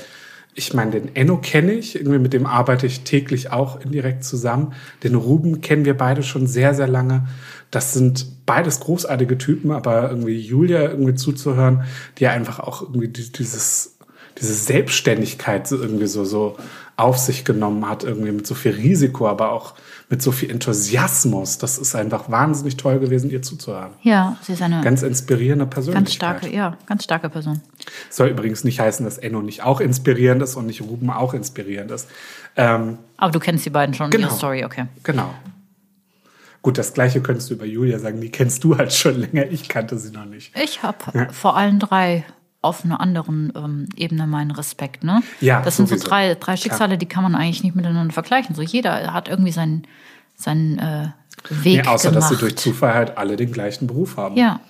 [SPEAKER 3] ich meine, den Enno kenne ich, irgendwie mit dem arbeite ich täglich auch indirekt zusammen. Den Ruben kennen wir beide schon sehr, sehr lange. Das sind beides großartige Typen, aber irgendwie Julia irgendwie zuzuhören, die ja einfach auch irgendwie die- dieses, diese Selbstständigkeit so irgendwie so, so auf sich genommen hat, irgendwie mit so viel Risiko, aber auch mit so viel Enthusiasmus. Das ist einfach wahnsinnig toll gewesen, ihr zuzuhören.
[SPEAKER 2] Ja, sie ist eine ganz,
[SPEAKER 3] Ganz inspirierende Persönlichkeit.
[SPEAKER 2] starke, ja, ganz starke Person.
[SPEAKER 3] Soll übrigens nicht heißen, dass Enno nicht auch inspirierend ist und nicht Ruben auch inspirierend ist. Ähm,
[SPEAKER 2] Aber du kennst die beiden schon,
[SPEAKER 3] Genau.
[SPEAKER 2] ihre Story, okay.
[SPEAKER 3] genau. Gut, das gleiche könntest du über Julia sagen, die kennst du halt schon länger, ich kannte sie noch nicht.
[SPEAKER 2] Ich habe vor allen drei auf einer anderen ähm, Ebene meinen Respekt. Ne?
[SPEAKER 3] Ja,
[SPEAKER 2] das sind
[SPEAKER 3] sowieso.
[SPEAKER 2] so drei, drei Schicksale, die kann man eigentlich nicht miteinander vergleichen. So jeder hat irgendwie seinen, seinen äh, Weg.
[SPEAKER 3] Nee, außer
[SPEAKER 2] gemacht.
[SPEAKER 3] dass sie durch Zufall halt alle den gleichen Beruf haben.
[SPEAKER 2] Ja,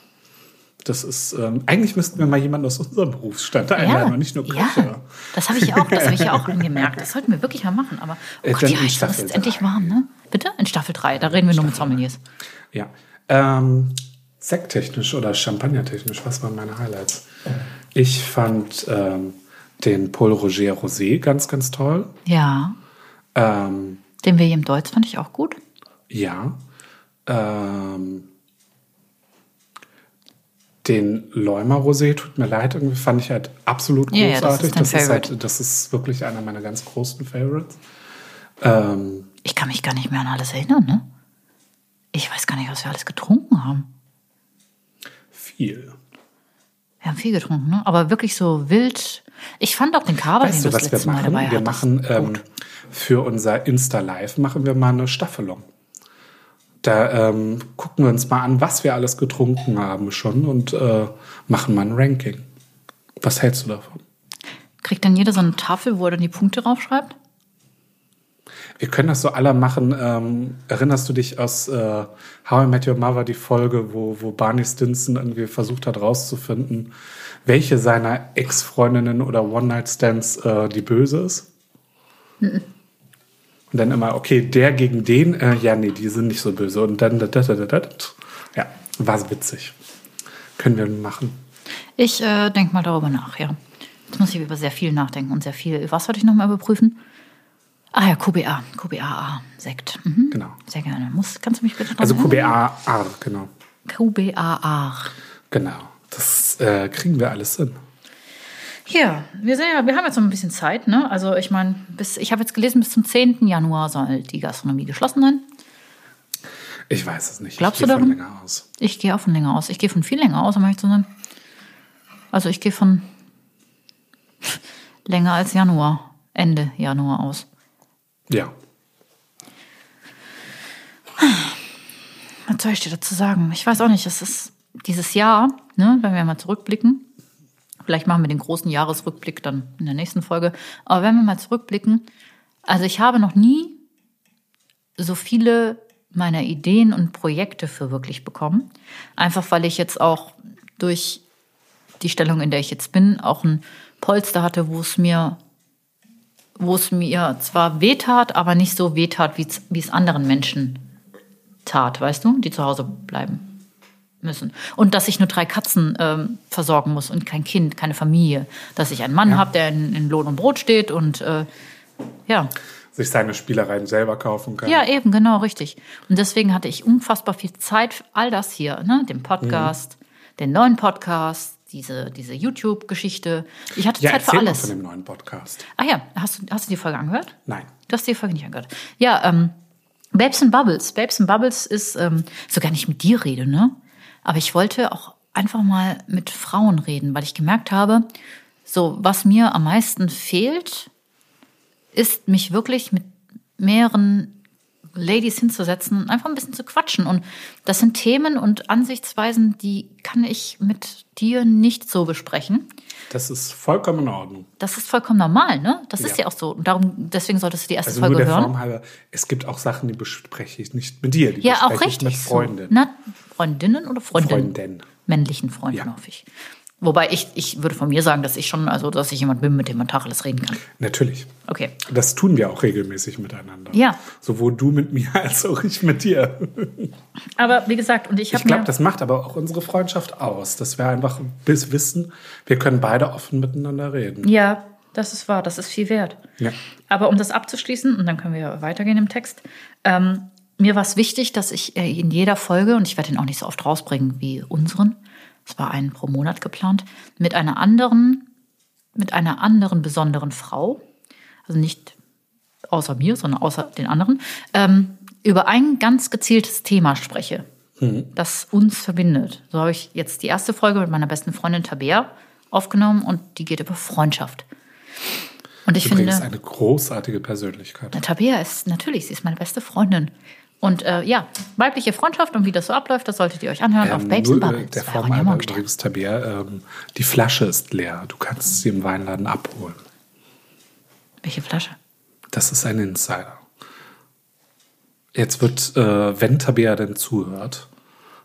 [SPEAKER 3] Das ist, ähm, eigentlich müssten wir mal jemanden aus unserem Berufsstand einladen und nicht nur Köche.
[SPEAKER 2] ja. das habe ich auch, das habe ich ja auch angemerkt. Das sollten wir wirklich mal machen. Aber oh
[SPEAKER 3] Äh,
[SPEAKER 2] Gott,
[SPEAKER 3] dann
[SPEAKER 2] die
[SPEAKER 3] in
[SPEAKER 2] Heizung ist
[SPEAKER 3] Staffel
[SPEAKER 2] jetzt endlich warm, ne? Bitte? In Staffel 3, da reden wir nur mit Sommeliers.
[SPEAKER 3] Ja. Ähm, Sekttechnisch oder Champagnertechnisch, was waren meine Highlights? Ich fand ähm, den Paul Roger Rosé ganz, ganz toll.
[SPEAKER 2] Ja,
[SPEAKER 3] Ähm,
[SPEAKER 2] den William Deutz fand ich auch gut.
[SPEAKER 3] ja. Ähm, den Leumer Rosé, tut mir leid, irgendwie fand ich halt absolut
[SPEAKER 2] Ja, ja, das
[SPEAKER 3] großartig.
[SPEAKER 2] ist dein
[SPEAKER 3] halt-
[SPEAKER 2] Favorite.
[SPEAKER 3] das ist wirklich einer meiner ganz großen Favorites. Ähm,
[SPEAKER 2] Ich kann mich gar nicht mehr an alles erinnern, ne? Ich weiß gar nicht, was wir alles getrunken haben.
[SPEAKER 3] viel.
[SPEAKER 2] Wir haben viel getrunken, ne? aber wirklich so wild. Ich fand auch den Kaber, den
[SPEAKER 3] Weißt
[SPEAKER 2] du
[SPEAKER 3] du,
[SPEAKER 2] das
[SPEAKER 3] was wir
[SPEAKER 2] letzte Mal
[SPEAKER 3] machen?
[SPEAKER 2] dabei
[SPEAKER 3] wir
[SPEAKER 2] hattest.
[SPEAKER 3] machen ähm, für unser Insta-Live machen wir mal eine Staffelung. Da ähm, gucken wir uns mal an, was wir alles getrunken haben schon und äh, machen mal ein Ranking. Was hältst du davon?
[SPEAKER 2] Kriegt dann jeder so eine Tafel, wo er dann die Punkte draufschreibt?
[SPEAKER 3] Wir können das so aller machen. Ähm, erinnerst du dich aus äh, How I Met Your Mother, die Folge, wo, wo Barney Stinson irgendwie versucht hat rauszufinden, welche seiner Ex-Freundinnen oder One-Night-Stands äh, die böse ist?
[SPEAKER 2] Mhm.
[SPEAKER 3] Und dann immer, okay, der gegen den, äh, ja, nee, die sind nicht so böse. Und dann, dat, dat, dat, dat. ja, war so witzig. Können wir machen.
[SPEAKER 2] Ich äh, denke mal darüber nach, ja. Jetzt muss ich über sehr viel nachdenken und sehr viel. Was wollte ich nochmal überprüfen? Ah ja, QBA. QBAA, Sekt. Mhm.
[SPEAKER 3] Genau.
[SPEAKER 2] Sehr gerne. Muss, kannst du mich bitte dran
[SPEAKER 3] Also
[SPEAKER 2] erinnern?
[SPEAKER 3] QBA, R, genau.
[SPEAKER 2] QBAA.
[SPEAKER 3] Genau. Das äh, kriegen wir alles hin.
[SPEAKER 2] Ja, wir, sind ja, wir haben jetzt noch ein bisschen Zeit, ne? Also ich meine, bis, ich habe jetzt gelesen, bis zum 10. Januar soll die Gastronomie geschlossen sein.
[SPEAKER 3] Ich weiß es nicht.
[SPEAKER 2] Glaubst
[SPEAKER 3] ich
[SPEAKER 2] du
[SPEAKER 3] gehe von
[SPEAKER 2] daran?
[SPEAKER 3] länger aus.
[SPEAKER 2] Ich gehe auch von länger aus. Ich gehe von viel länger aus, um ehrlich zu sein. Also ich gehe von länger als Januar, Ende Januar aus.
[SPEAKER 3] Ja.
[SPEAKER 2] Was soll ich dir dazu sagen? Ich weiß auch nicht, es ist dieses Jahr, ne, wenn wir mal zurückblicken, vielleicht machen wir den großen Jahresrückblick dann in der nächsten Folge, aber wenn wir mal zurückblicken, also ich habe noch nie so viele meiner Ideen und Projekte verwirklicht bekommen, einfach weil ich jetzt auch durch die Stellung, in der ich jetzt bin, auch ein Polster hatte, wo es mir wo es mir zwar wehtat, aber nicht so wehtat, wie es- wie es anderen Menschen tat, weißt du, die zu Hause bleiben müssen. Und dass ich nur drei Katzen ähm, versorgen muss und kein Kind, keine Familie. Dass ich einen Mann habe, der in, in Lohn und Brot steht und äh, ja.
[SPEAKER 3] Sich seine Spielereien selber kaufen kann.
[SPEAKER 2] Ja, eben, genau, richtig. Und deswegen hatte ich unfassbar viel Zeit für all das hier, ne? Den Podcast,
[SPEAKER 3] Mhm.
[SPEAKER 2] den neuen Podcast, diese, diese YouTube-Geschichte. Ich hatte
[SPEAKER 3] Ja,
[SPEAKER 2] Zeit für
[SPEAKER 3] erzähl mal von
[SPEAKER 2] alles.
[SPEAKER 3] dem neuen Podcast.
[SPEAKER 2] Ach ja, hast du, hast du die Folge angehört?
[SPEAKER 3] Nein.
[SPEAKER 2] Du hast die Folge nicht angehört. Ja, ähm, Babes and Bubbles. Babes and Bubbles ist ähm, sogar nicht mit dir rede, ne? Aber ich wollte auch einfach mal mit Frauen reden, weil ich gemerkt habe, so was mir am meisten fehlt, ist mich wirklich mit mehreren Ladies hinzusetzen und einfach ein bisschen zu quatschen. Und das sind Themen und Ansichtsweisen, die kann ich mit dir nicht so besprechen.
[SPEAKER 3] Das ist vollkommen in Ordnung.
[SPEAKER 2] Das ist vollkommen normal, ne? Das ist
[SPEAKER 3] Ja.
[SPEAKER 2] ja auch so. Und darum, deswegen solltest du die erste
[SPEAKER 3] Also
[SPEAKER 2] Folge
[SPEAKER 3] nur der
[SPEAKER 2] hören.
[SPEAKER 3] Form halber. Es gibt auch Sachen, die bespreche ich nicht mit dir. Die
[SPEAKER 2] Ja,
[SPEAKER 3] bespreche
[SPEAKER 2] auch
[SPEAKER 3] ich mit
[SPEAKER 2] richtig. so.
[SPEAKER 3] Freundinnen.
[SPEAKER 2] Na, Freundinnen oder Freundinnen?
[SPEAKER 3] Freundin.
[SPEAKER 2] Männlichen Freunden,
[SPEAKER 3] Ja.
[SPEAKER 2] hoffe ich. Wobei ich, ich würde von mir sagen, dass ich schon, also dass ich jemand bin, mit dem man Tacheles reden kann.
[SPEAKER 3] Natürlich.
[SPEAKER 2] Okay.
[SPEAKER 3] Das tun wir auch regelmäßig miteinander.
[SPEAKER 2] Ja.
[SPEAKER 3] Sowohl du mit mir als auch ich mit dir.
[SPEAKER 2] Aber wie gesagt, und ich habe
[SPEAKER 3] Ich glaube,
[SPEAKER 2] mir-
[SPEAKER 3] das macht aber auch unsere Freundschaft aus, dass wir einfach bis wissen, wir können beide offen miteinander reden.
[SPEAKER 2] Ja, das ist wahr, das ist viel wert.
[SPEAKER 3] Ja.
[SPEAKER 2] Aber um das abzuschließen, und dann können wir weitergehen im Text, ähm, mir war es wichtig, dass ich äh, in jeder Folge, und ich werde den auch nicht so oft rausbringen wie unseren, es war einen pro Monat geplant, mit einer anderen, mit einer anderen besonderen Frau, also nicht außer mir, sondern außer den anderen, ähm, über ein ganz gezieltes Thema spreche, das uns verbindet. So habe ich jetzt die erste Folge mit meiner besten Freundin Tabea aufgenommen und die geht über Freundschaft. Und ich
[SPEAKER 3] Übrigens
[SPEAKER 2] finde,
[SPEAKER 3] eine großartige Persönlichkeit.
[SPEAKER 2] Tabea ist natürlich, sie ist meine beste Freundin. Und äh, ja, weibliche Freundschaft und wie das so abläuft, das solltet ihr euch anhören auf Babes
[SPEAKER 3] nur,
[SPEAKER 2] and
[SPEAKER 3] äh,
[SPEAKER 2] Bubbles.
[SPEAKER 3] Der
[SPEAKER 2] bei
[SPEAKER 3] Form
[SPEAKER 2] Ronja
[SPEAKER 3] einer
[SPEAKER 2] Morgenstern.
[SPEAKER 3] übrigens, Tabea, ähm, die Flasche ist leer. Du kannst sie im Weinladen abholen.
[SPEAKER 2] Welche Flasche?
[SPEAKER 3] Das ist ein Insider. Jetzt wird, äh, wenn Tabea denn zuhört,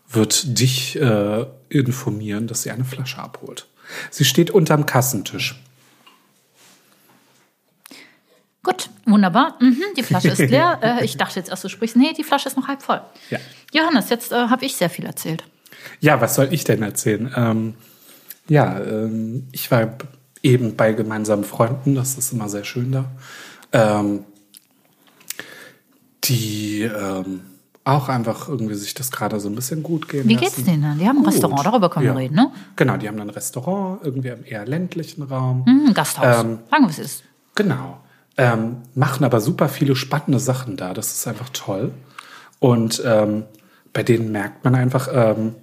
[SPEAKER 3] wird dich äh, informieren, dass sie eine Flasche abholt. Sie steht unterm Kassentisch.
[SPEAKER 2] Gut, wunderbar. Mhm, die Flasche ist leer. äh, ich dachte jetzt erst, du sprichst. Nee, die Flasche ist noch halb voll.
[SPEAKER 3] Ja.
[SPEAKER 2] Johannes, jetzt äh, habe ich sehr viel erzählt.
[SPEAKER 3] Ja, was soll ich denn erzählen? Ähm, ja, ähm, ich war b- eben bei gemeinsamen Freunden, das ist immer sehr schön da. Ähm, die ähm, auch einfach irgendwie sich das gerade so ein bisschen gut gehen
[SPEAKER 2] Wie
[SPEAKER 3] lassen.
[SPEAKER 2] geht's denen denn? Die haben ein Restaurant, darüber können wir reden, ne?
[SPEAKER 3] Genau, die haben ein Restaurant, irgendwie im eher ländlichen Raum.
[SPEAKER 2] Hm, ein Gasthaus.
[SPEAKER 3] Ähm,
[SPEAKER 2] Sagen wir es ist.
[SPEAKER 3] Genau. Ähm, machen aber super viele spannende Sachen da. Das ist einfach toll. Und ähm, bei denen merkt man einfach, ähm,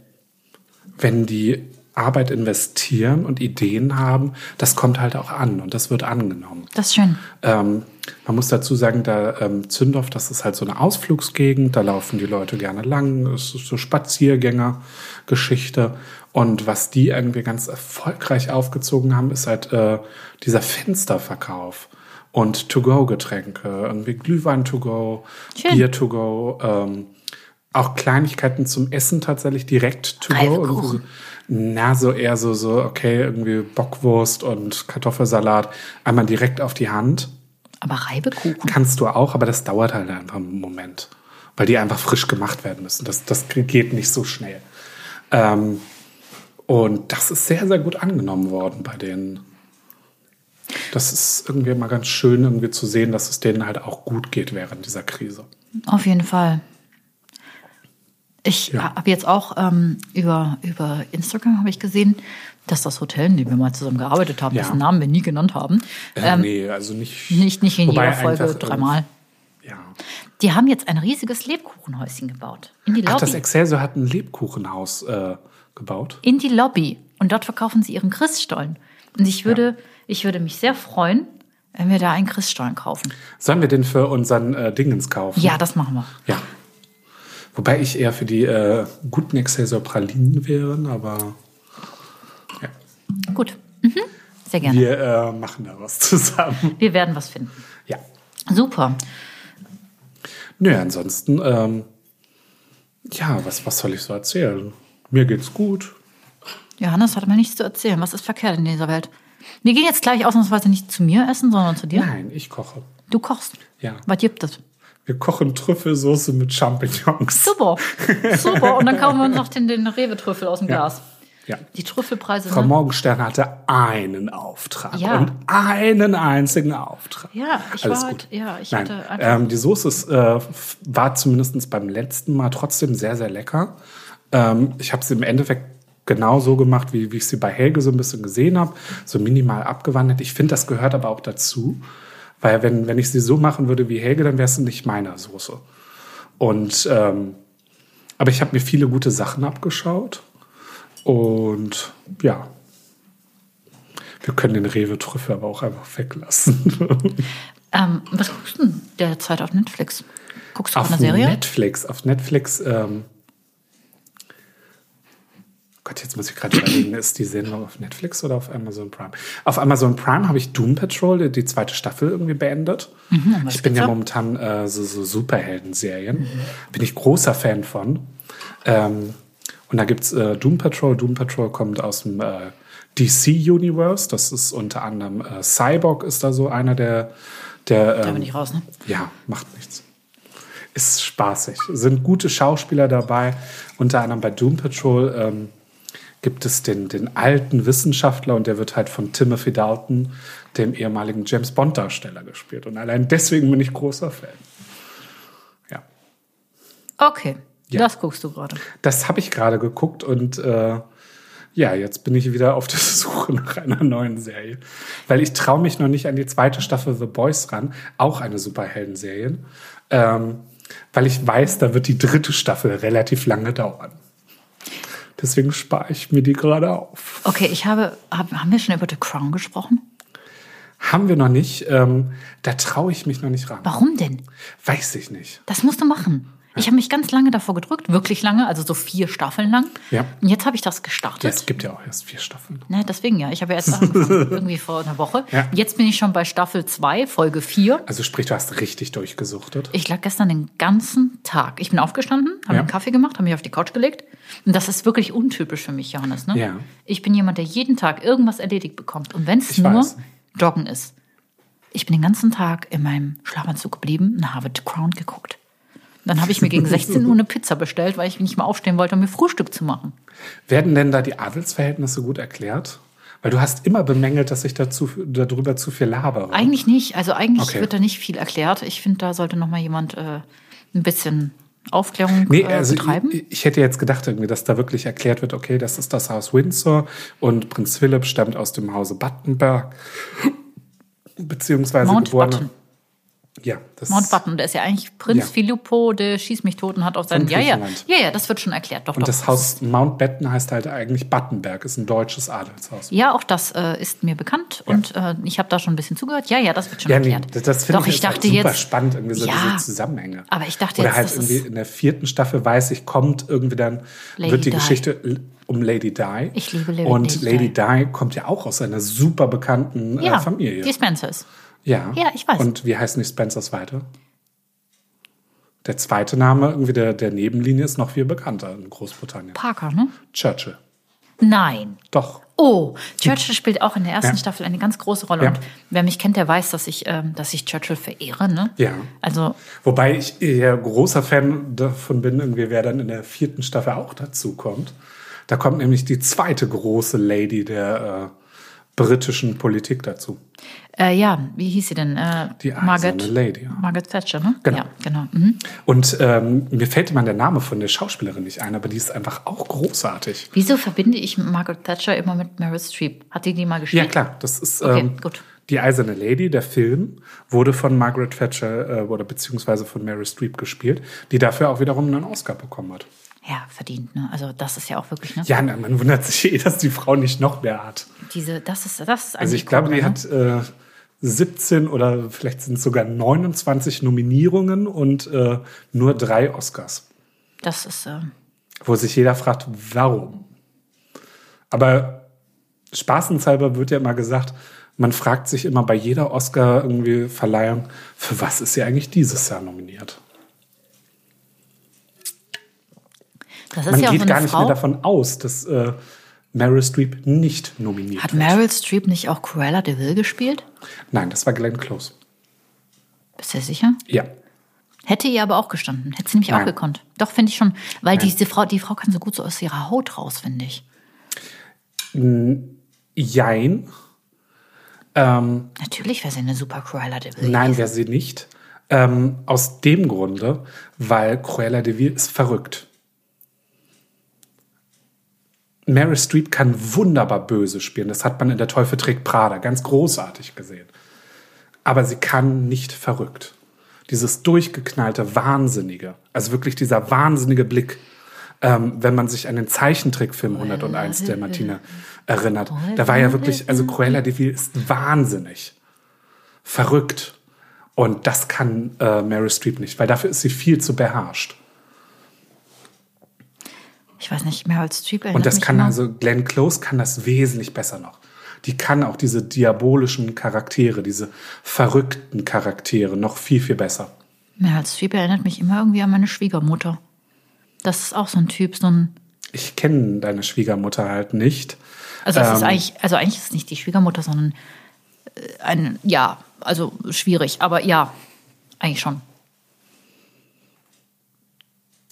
[SPEAKER 3] wenn die Arbeit investieren und Ideen haben, das kommt halt auch an und das wird angenommen.
[SPEAKER 2] Das ist schön.
[SPEAKER 3] Ähm, man muss dazu sagen, da ähm, Zündorf, das ist halt so eine Ausflugsgegend, da laufen die Leute gerne lang, es ist so Spaziergängergeschichte. Und was die irgendwie ganz erfolgreich aufgezogen haben, ist halt äh, dieser Fensterverkauf und To-Go-Getränke, irgendwie Glühwein To-Go,
[SPEAKER 2] Schön.
[SPEAKER 3] Bier To-Go, ähm, auch Kleinigkeiten zum Essen tatsächlich direkt To-Go.
[SPEAKER 2] Reibekuchen.
[SPEAKER 3] Also so- Na, so eher so, so, okay, irgendwie Bockwurst und Kartoffelsalat einmal direkt auf die Hand.
[SPEAKER 2] Aber Reibekuchen.
[SPEAKER 3] Kannst du auch, aber das dauert halt einfach einen Moment, weil die einfach frisch gemacht werden müssen. Das, das geht nicht so schnell. Ähm, und das ist sehr, sehr gut angenommen worden bei denen. Das ist irgendwie mal ganz schön, irgendwie zu sehen, dass es denen halt auch gut geht während dieser Krise.
[SPEAKER 2] Auf jeden Fall. Ich
[SPEAKER 3] Ja.
[SPEAKER 2] habe jetzt auch ähm, über, über Instagram habe ich gesehen, dass das Hotel, in dem wir mal zusammen gearbeitet haben,
[SPEAKER 3] Ja.
[SPEAKER 2] dessen Namen wir nie genannt haben,
[SPEAKER 3] Äh,
[SPEAKER 2] ähm,
[SPEAKER 3] nee, also nicht.
[SPEAKER 2] nicht, nicht in
[SPEAKER 3] wobei
[SPEAKER 2] jeder Folge
[SPEAKER 3] einfach, ähm,
[SPEAKER 2] dreimal.
[SPEAKER 3] Ja.
[SPEAKER 2] Die haben jetzt ein riesiges Lebkuchenhäuschen gebaut. In die
[SPEAKER 3] Ach, das
[SPEAKER 2] Lobby.
[SPEAKER 3] Excelsior hat ein Lebkuchenhaus äh, gebaut.
[SPEAKER 2] in die Lobby. Und dort verkaufen sie ihren Christstollen. Und ich würde, ich würde mich sehr freuen, wenn wir da einen Christstollen kaufen.
[SPEAKER 3] Sollen wir den für unseren äh, Dingens kaufen?
[SPEAKER 2] Ja, das machen wir.
[SPEAKER 3] Ja. Wobei ich eher für die äh, guten Excelsior Pralinen wären, aber
[SPEAKER 2] Gut. Mhm. Sehr gerne.
[SPEAKER 3] wir äh, machen da was zusammen.
[SPEAKER 2] Wir werden was finden.
[SPEAKER 3] Ja.
[SPEAKER 2] Super.
[SPEAKER 3] Nö, ansonsten, ähm, ja, was, was soll ich so erzählen? Mir geht's gut.
[SPEAKER 2] Johannes hat mal nichts zu erzählen. Was ist verkehrt in dieser Welt? Wir gehen jetzt gleich ausnahmsweise nicht zu mir essen, sondern zu dir.
[SPEAKER 3] Nein, ich koche.
[SPEAKER 2] Du kochst.
[SPEAKER 3] Ja.
[SPEAKER 2] Was gibt es?
[SPEAKER 3] Wir kochen Trüffelsoße mit Champignons.
[SPEAKER 2] Super. Super. Und dann kaufen wir uns noch den, den Rewe-Trüffel aus dem Glas.
[SPEAKER 3] Ja.
[SPEAKER 2] Die Trüffelpreise
[SPEAKER 3] Frau
[SPEAKER 2] sind.
[SPEAKER 3] Morgenstern hatte einen Auftrag
[SPEAKER 2] Ja.
[SPEAKER 3] und einen einzigen Auftrag.
[SPEAKER 2] Ja, ich
[SPEAKER 3] Alles
[SPEAKER 2] war
[SPEAKER 3] gut.
[SPEAKER 2] heute- ja, ich
[SPEAKER 3] Nein,
[SPEAKER 2] hatte einfach-
[SPEAKER 3] ähm, Die Soße ist, äh, f- war zumindest beim letzten Mal trotzdem sehr, sehr lecker. Ähm, ich habe sie im Endeffekt genau so gemacht, wie, wie ich sie bei Helge so ein bisschen gesehen habe, so minimal abgewandelt. Ich finde, das gehört aber auch dazu, weil wenn, wenn ich sie so machen würde wie Helge, dann wäre es nicht meine Soße. Und ähm, aber ich habe mir viele gute Sachen abgeschaut und ja. Wir können den Rewe-Trüffel aber auch einfach weglassen.
[SPEAKER 2] Ähm, was guckst du denn derzeit auf Netflix? Guckst du auf,
[SPEAKER 3] auf
[SPEAKER 2] eine Serie?
[SPEAKER 3] Netflix, auf Netflix. Ähm oh Gott, jetzt muss ich gerade überlegen, ist die Sendung auf Netflix oder auf Amazon Prime? Auf Amazon Prime habe ich Doom Patrol, die- die zweite Staffel irgendwie beendet.
[SPEAKER 2] Mhm, was
[SPEAKER 3] ich bin
[SPEAKER 2] geht's
[SPEAKER 3] ja
[SPEAKER 2] ab?
[SPEAKER 3] momentan äh, so, so Superhelden-Serien. Bin ich großer Fan von. Ähm, und da gibt es äh, Doom Patrol. Doom Patrol kommt aus dem äh, DC-Universe. Das ist unter anderem äh, Cyborg ist da so einer der... der
[SPEAKER 2] Da
[SPEAKER 3] ähm,
[SPEAKER 2] bin ich raus, ne?
[SPEAKER 3] ja, macht nichts. Ist spaßig. Sind gute Schauspieler dabei. Unter anderem bei Doom Patrol ähm, gibt es den, den alten Wissenschaftler und der wird halt von Timothy Dalton, dem ehemaligen James Bond-Darsteller, gespielt. Und allein deswegen bin ich großer Fan. Ja.
[SPEAKER 2] Okay,
[SPEAKER 3] Ja.
[SPEAKER 2] das guckst du gerade.
[SPEAKER 3] Das habe ich gerade geguckt und äh, ja, jetzt bin ich wieder auf der Suche nach einer neuen Serie. Weil ich traue mich noch nicht an die zweite Staffel The Boys ran, auch eine Superhelden-Serie. Ähm, weil ich weiß, da wird die dritte Staffel relativ lange dauern. Deswegen spare ich mir die gerade auf.
[SPEAKER 2] Okay, ich habe, hab, haben wir schon über The Crown gesprochen?
[SPEAKER 3] Haben wir noch nicht. Ähm, da traue ich mich noch nicht ran.
[SPEAKER 2] Warum denn?
[SPEAKER 3] Weiß ich nicht.
[SPEAKER 2] Das musst du machen. Ich habe mich ganz lange davor gedrückt, wirklich lange, also so vier Staffeln lang.
[SPEAKER 3] Ja.
[SPEAKER 2] Und jetzt habe ich das
[SPEAKER 3] Ja,
[SPEAKER 2] gestartet.
[SPEAKER 3] es gibt ja auch erst vier Staffeln.
[SPEAKER 2] Ne, deswegen ja. Ich habe ja erst angefangen, irgendwie vor einer Woche.
[SPEAKER 3] Ja.
[SPEAKER 2] Jetzt bin ich schon bei Staffel 2, Folge 4.
[SPEAKER 3] Also sprich, du hast richtig durchgesuchtet.
[SPEAKER 2] Ich lag gestern den ganzen Tag. Ich bin aufgestanden, habe
[SPEAKER 3] Ja.
[SPEAKER 2] einen Kaffee gemacht, habe mich auf die Couch gelegt. Und das ist wirklich untypisch für mich, Johannes. Ne?
[SPEAKER 3] Ja.
[SPEAKER 2] Ich bin jemand, der jeden Tag irgendwas erledigt bekommt. Und wenn es
[SPEAKER 3] Ich
[SPEAKER 2] nur
[SPEAKER 3] weiß.
[SPEAKER 2] Joggen ist. Ich bin den ganzen Tag in meinem Schlafanzug geblieben und habe The Crown geguckt. Dann habe ich mir gegen 16 Uhr eine Pizza bestellt, weil ich nicht mal aufstehen wollte, um mir Frühstück zu machen.
[SPEAKER 3] Werden denn da die Adelsverhältnisse gut erklärt? Weil du hast immer bemängelt, dass ich dazu, darüber zu viel labere.
[SPEAKER 2] Eigentlich nicht. Also eigentlich
[SPEAKER 3] Okay.
[SPEAKER 2] wird da nicht viel erklärt. Ich finde, da sollte noch mal jemand äh, ein bisschen Aufklärung
[SPEAKER 3] Nee,
[SPEAKER 2] äh,
[SPEAKER 3] also
[SPEAKER 2] betreiben.
[SPEAKER 3] ich, ich hätte jetzt gedacht, irgendwie, dass da wirklich erklärt wird, okay, das ist das Haus Windsor und Prinz Philipp stammt aus dem Hause Battenberg. Beziehungsweise
[SPEAKER 2] Mount
[SPEAKER 3] geboren.
[SPEAKER 2] Button.
[SPEAKER 3] Ja, das
[SPEAKER 2] Mount Button, der ist ja eigentlich Prinz
[SPEAKER 3] Ja.
[SPEAKER 2] Filippo, der schieß mich tot und hat auch seinen. Ja, ja,
[SPEAKER 3] Griechenland.
[SPEAKER 2] ja, ja, das wird schon erklärt. Doch, doch.
[SPEAKER 3] Und das Haus Mountbatten heißt halt eigentlich Battenberg, ist ein deutsches Adelshaus.
[SPEAKER 2] ja, auch das äh, ist mir bekannt und äh, ich habe da schon ein bisschen zugehört. Ja, ja, das wird schon
[SPEAKER 3] Ja, nee,
[SPEAKER 2] erklärt.
[SPEAKER 3] das, das finde
[SPEAKER 2] Doch,
[SPEAKER 3] ich,
[SPEAKER 2] ich
[SPEAKER 3] jetzt halt
[SPEAKER 2] dachte
[SPEAKER 3] super
[SPEAKER 2] jetzt,
[SPEAKER 3] spannend, irgendwie so
[SPEAKER 2] Ja.
[SPEAKER 3] diese Zusammenhänge.
[SPEAKER 2] Aber ich dachte
[SPEAKER 3] Oder
[SPEAKER 2] jetzt,
[SPEAKER 3] halt
[SPEAKER 2] das
[SPEAKER 3] irgendwie
[SPEAKER 2] ist-
[SPEAKER 3] in der vierten Staffel weiß ich, kommt irgendwie dann,
[SPEAKER 2] Lady
[SPEAKER 3] wird die
[SPEAKER 2] Di.
[SPEAKER 3] Geschichte l- um Lady Di.
[SPEAKER 2] Ich liebe Lady
[SPEAKER 3] Und
[SPEAKER 2] Di.
[SPEAKER 3] Lady Di. kommt ja auch aus einer super bekannten
[SPEAKER 2] ja,
[SPEAKER 3] äh, Familie.
[SPEAKER 2] die Spencers.
[SPEAKER 3] ja.
[SPEAKER 2] Ja, ich weiß.
[SPEAKER 3] Und wie heißen die Spencers weiter? Der zweite Name irgendwie der, der Nebenlinie ist noch viel bekannter in Großbritannien.
[SPEAKER 2] Parker, ne?
[SPEAKER 3] Churchill.
[SPEAKER 2] Nell.
[SPEAKER 3] Doch.
[SPEAKER 2] Oh, Churchill spielt auch in der ersten
[SPEAKER 3] Ja.
[SPEAKER 2] Staffel eine ganz große Rolle.
[SPEAKER 3] Ja.
[SPEAKER 2] Und wer mich kennt, der weiß, dass ich, ähm, dass ich Churchill verehre. Ne?
[SPEAKER 3] Ja.
[SPEAKER 2] Also,
[SPEAKER 3] Wobei ich eher großer Fan davon bin, irgendwie wer dann in der vierten Staffel auch dazu kommt. Da kommt nämlich die zweite große Lady der äh, britischen Politik dazu.
[SPEAKER 2] äh, ja, wie hieß sie denn? Äh,
[SPEAKER 3] Die
[SPEAKER 2] Margaret,
[SPEAKER 3] eiserne Lady, ja.
[SPEAKER 2] Margaret Thatcher, ne?
[SPEAKER 3] Genau.
[SPEAKER 2] Ja, genau. Mhm.
[SPEAKER 3] Und ähm, mir fällt immer der Name von der Schauspielerin nicht ein, aber die ist einfach auch großartig.
[SPEAKER 2] Wieso verbinde ich Margaret Thatcher immer mit Meryl Streep? Hat die die mal gespielt?
[SPEAKER 3] Ja klar, das ist
[SPEAKER 2] Okay,
[SPEAKER 3] ähm,
[SPEAKER 2] gut.
[SPEAKER 3] die Eiserne Lady, der Film, wurde von Margaret Thatcher äh, oder beziehungsweise von Mary Streep gespielt, die dafür auch wiederum einen Oscar bekommen hat.
[SPEAKER 2] Ja, verdient, ne? Also, das ist ja auch wirklich, ne?
[SPEAKER 3] Ja, na, man wundert sich eh, dass die Frau nicht noch mehr hat.
[SPEAKER 2] Diese, das ist, das ist eine
[SPEAKER 3] Also ich
[SPEAKER 2] Ikone,
[SPEAKER 3] glaube, die
[SPEAKER 2] ne?
[SPEAKER 3] hat äh, 17 oder vielleicht sind es sogar 29 Nominierungen und äh, nur drei Oscars,
[SPEAKER 2] Das ist, äh,
[SPEAKER 3] wo sich jeder fragt, warum. Aber spaßenshalber wird ja immer gesagt, man fragt sich immer bei jeder Oscar irgendwie Verleihung, für was ist sie eigentlich dieses Jahr nominiert?
[SPEAKER 2] das ist
[SPEAKER 3] Man
[SPEAKER 2] ja auch
[SPEAKER 3] geht
[SPEAKER 2] so eine
[SPEAKER 3] gar nicht
[SPEAKER 2] Frau.
[SPEAKER 3] mehr davon aus, dass äh, Meryl Streep nicht nominiert
[SPEAKER 2] hat
[SPEAKER 3] wird.
[SPEAKER 2] Meryl Streep nicht auch Cruella de Vil gespielt?
[SPEAKER 3] Nein, das war Glenn Close.
[SPEAKER 2] Bist du sicher?
[SPEAKER 3] Ja.
[SPEAKER 2] Hätte ihr aber auch gestanden. Hätte sie nämlich auch
[SPEAKER 3] Nein.
[SPEAKER 2] gekonnt. Doch, finde ich schon. Weil
[SPEAKER 3] Nein.
[SPEAKER 2] diese Frau, die Frau kann so gut so aus ihrer Haut raus, finde ich.
[SPEAKER 3] Jein. Ähm,
[SPEAKER 2] Natürlich wäre sie eine super Cruella de Vil.
[SPEAKER 3] Nein, wäre sie nicht. Ähm, aus dem Grunde, weil Cruella de Vil ist verrückt. Meryl Streep kann wunderbar böse spielen. Das hat man in Der Teufel trägt Prada ganz großartig gesehen. Aber sie kann nicht verrückt. Dieses durchgeknallte Wahnsinnige, also wirklich dieser wahnsinnige Blick, ähm, wenn man sich an den Zeichentrickfilm 101 der Martina erinnert, da war ja wirklich, also Cruella
[SPEAKER 2] Mhm.
[SPEAKER 3] de Vil ist wahnsinnig verrückt. Und das kann äh, Meryl Streep nicht, weil dafür ist sie viel zu beherrscht.
[SPEAKER 2] Ich weiß nicht, Meryl Streep erinnert
[SPEAKER 3] Und das
[SPEAKER 2] mich
[SPEAKER 3] kann
[SPEAKER 2] immer-
[SPEAKER 3] also, Glenn Close kann das wesentlich besser noch. Die kann auch diese diabolischen Charaktere, diese verrückten Charaktere noch viel, viel besser.
[SPEAKER 2] Meryl Streep erinnert mich immer irgendwie an meine Schwiegermutter. Das ist auch so ein Typ, so ein.
[SPEAKER 3] Ich kenne deine Schwiegermutter halt nicht.
[SPEAKER 2] Also, es ist
[SPEAKER 3] Ähm.
[SPEAKER 2] eigentlich, also eigentlich ist es nicht die Schwiegermutter, sondern äh, ein, ja, also schwierig, aber ja, eigentlich schon.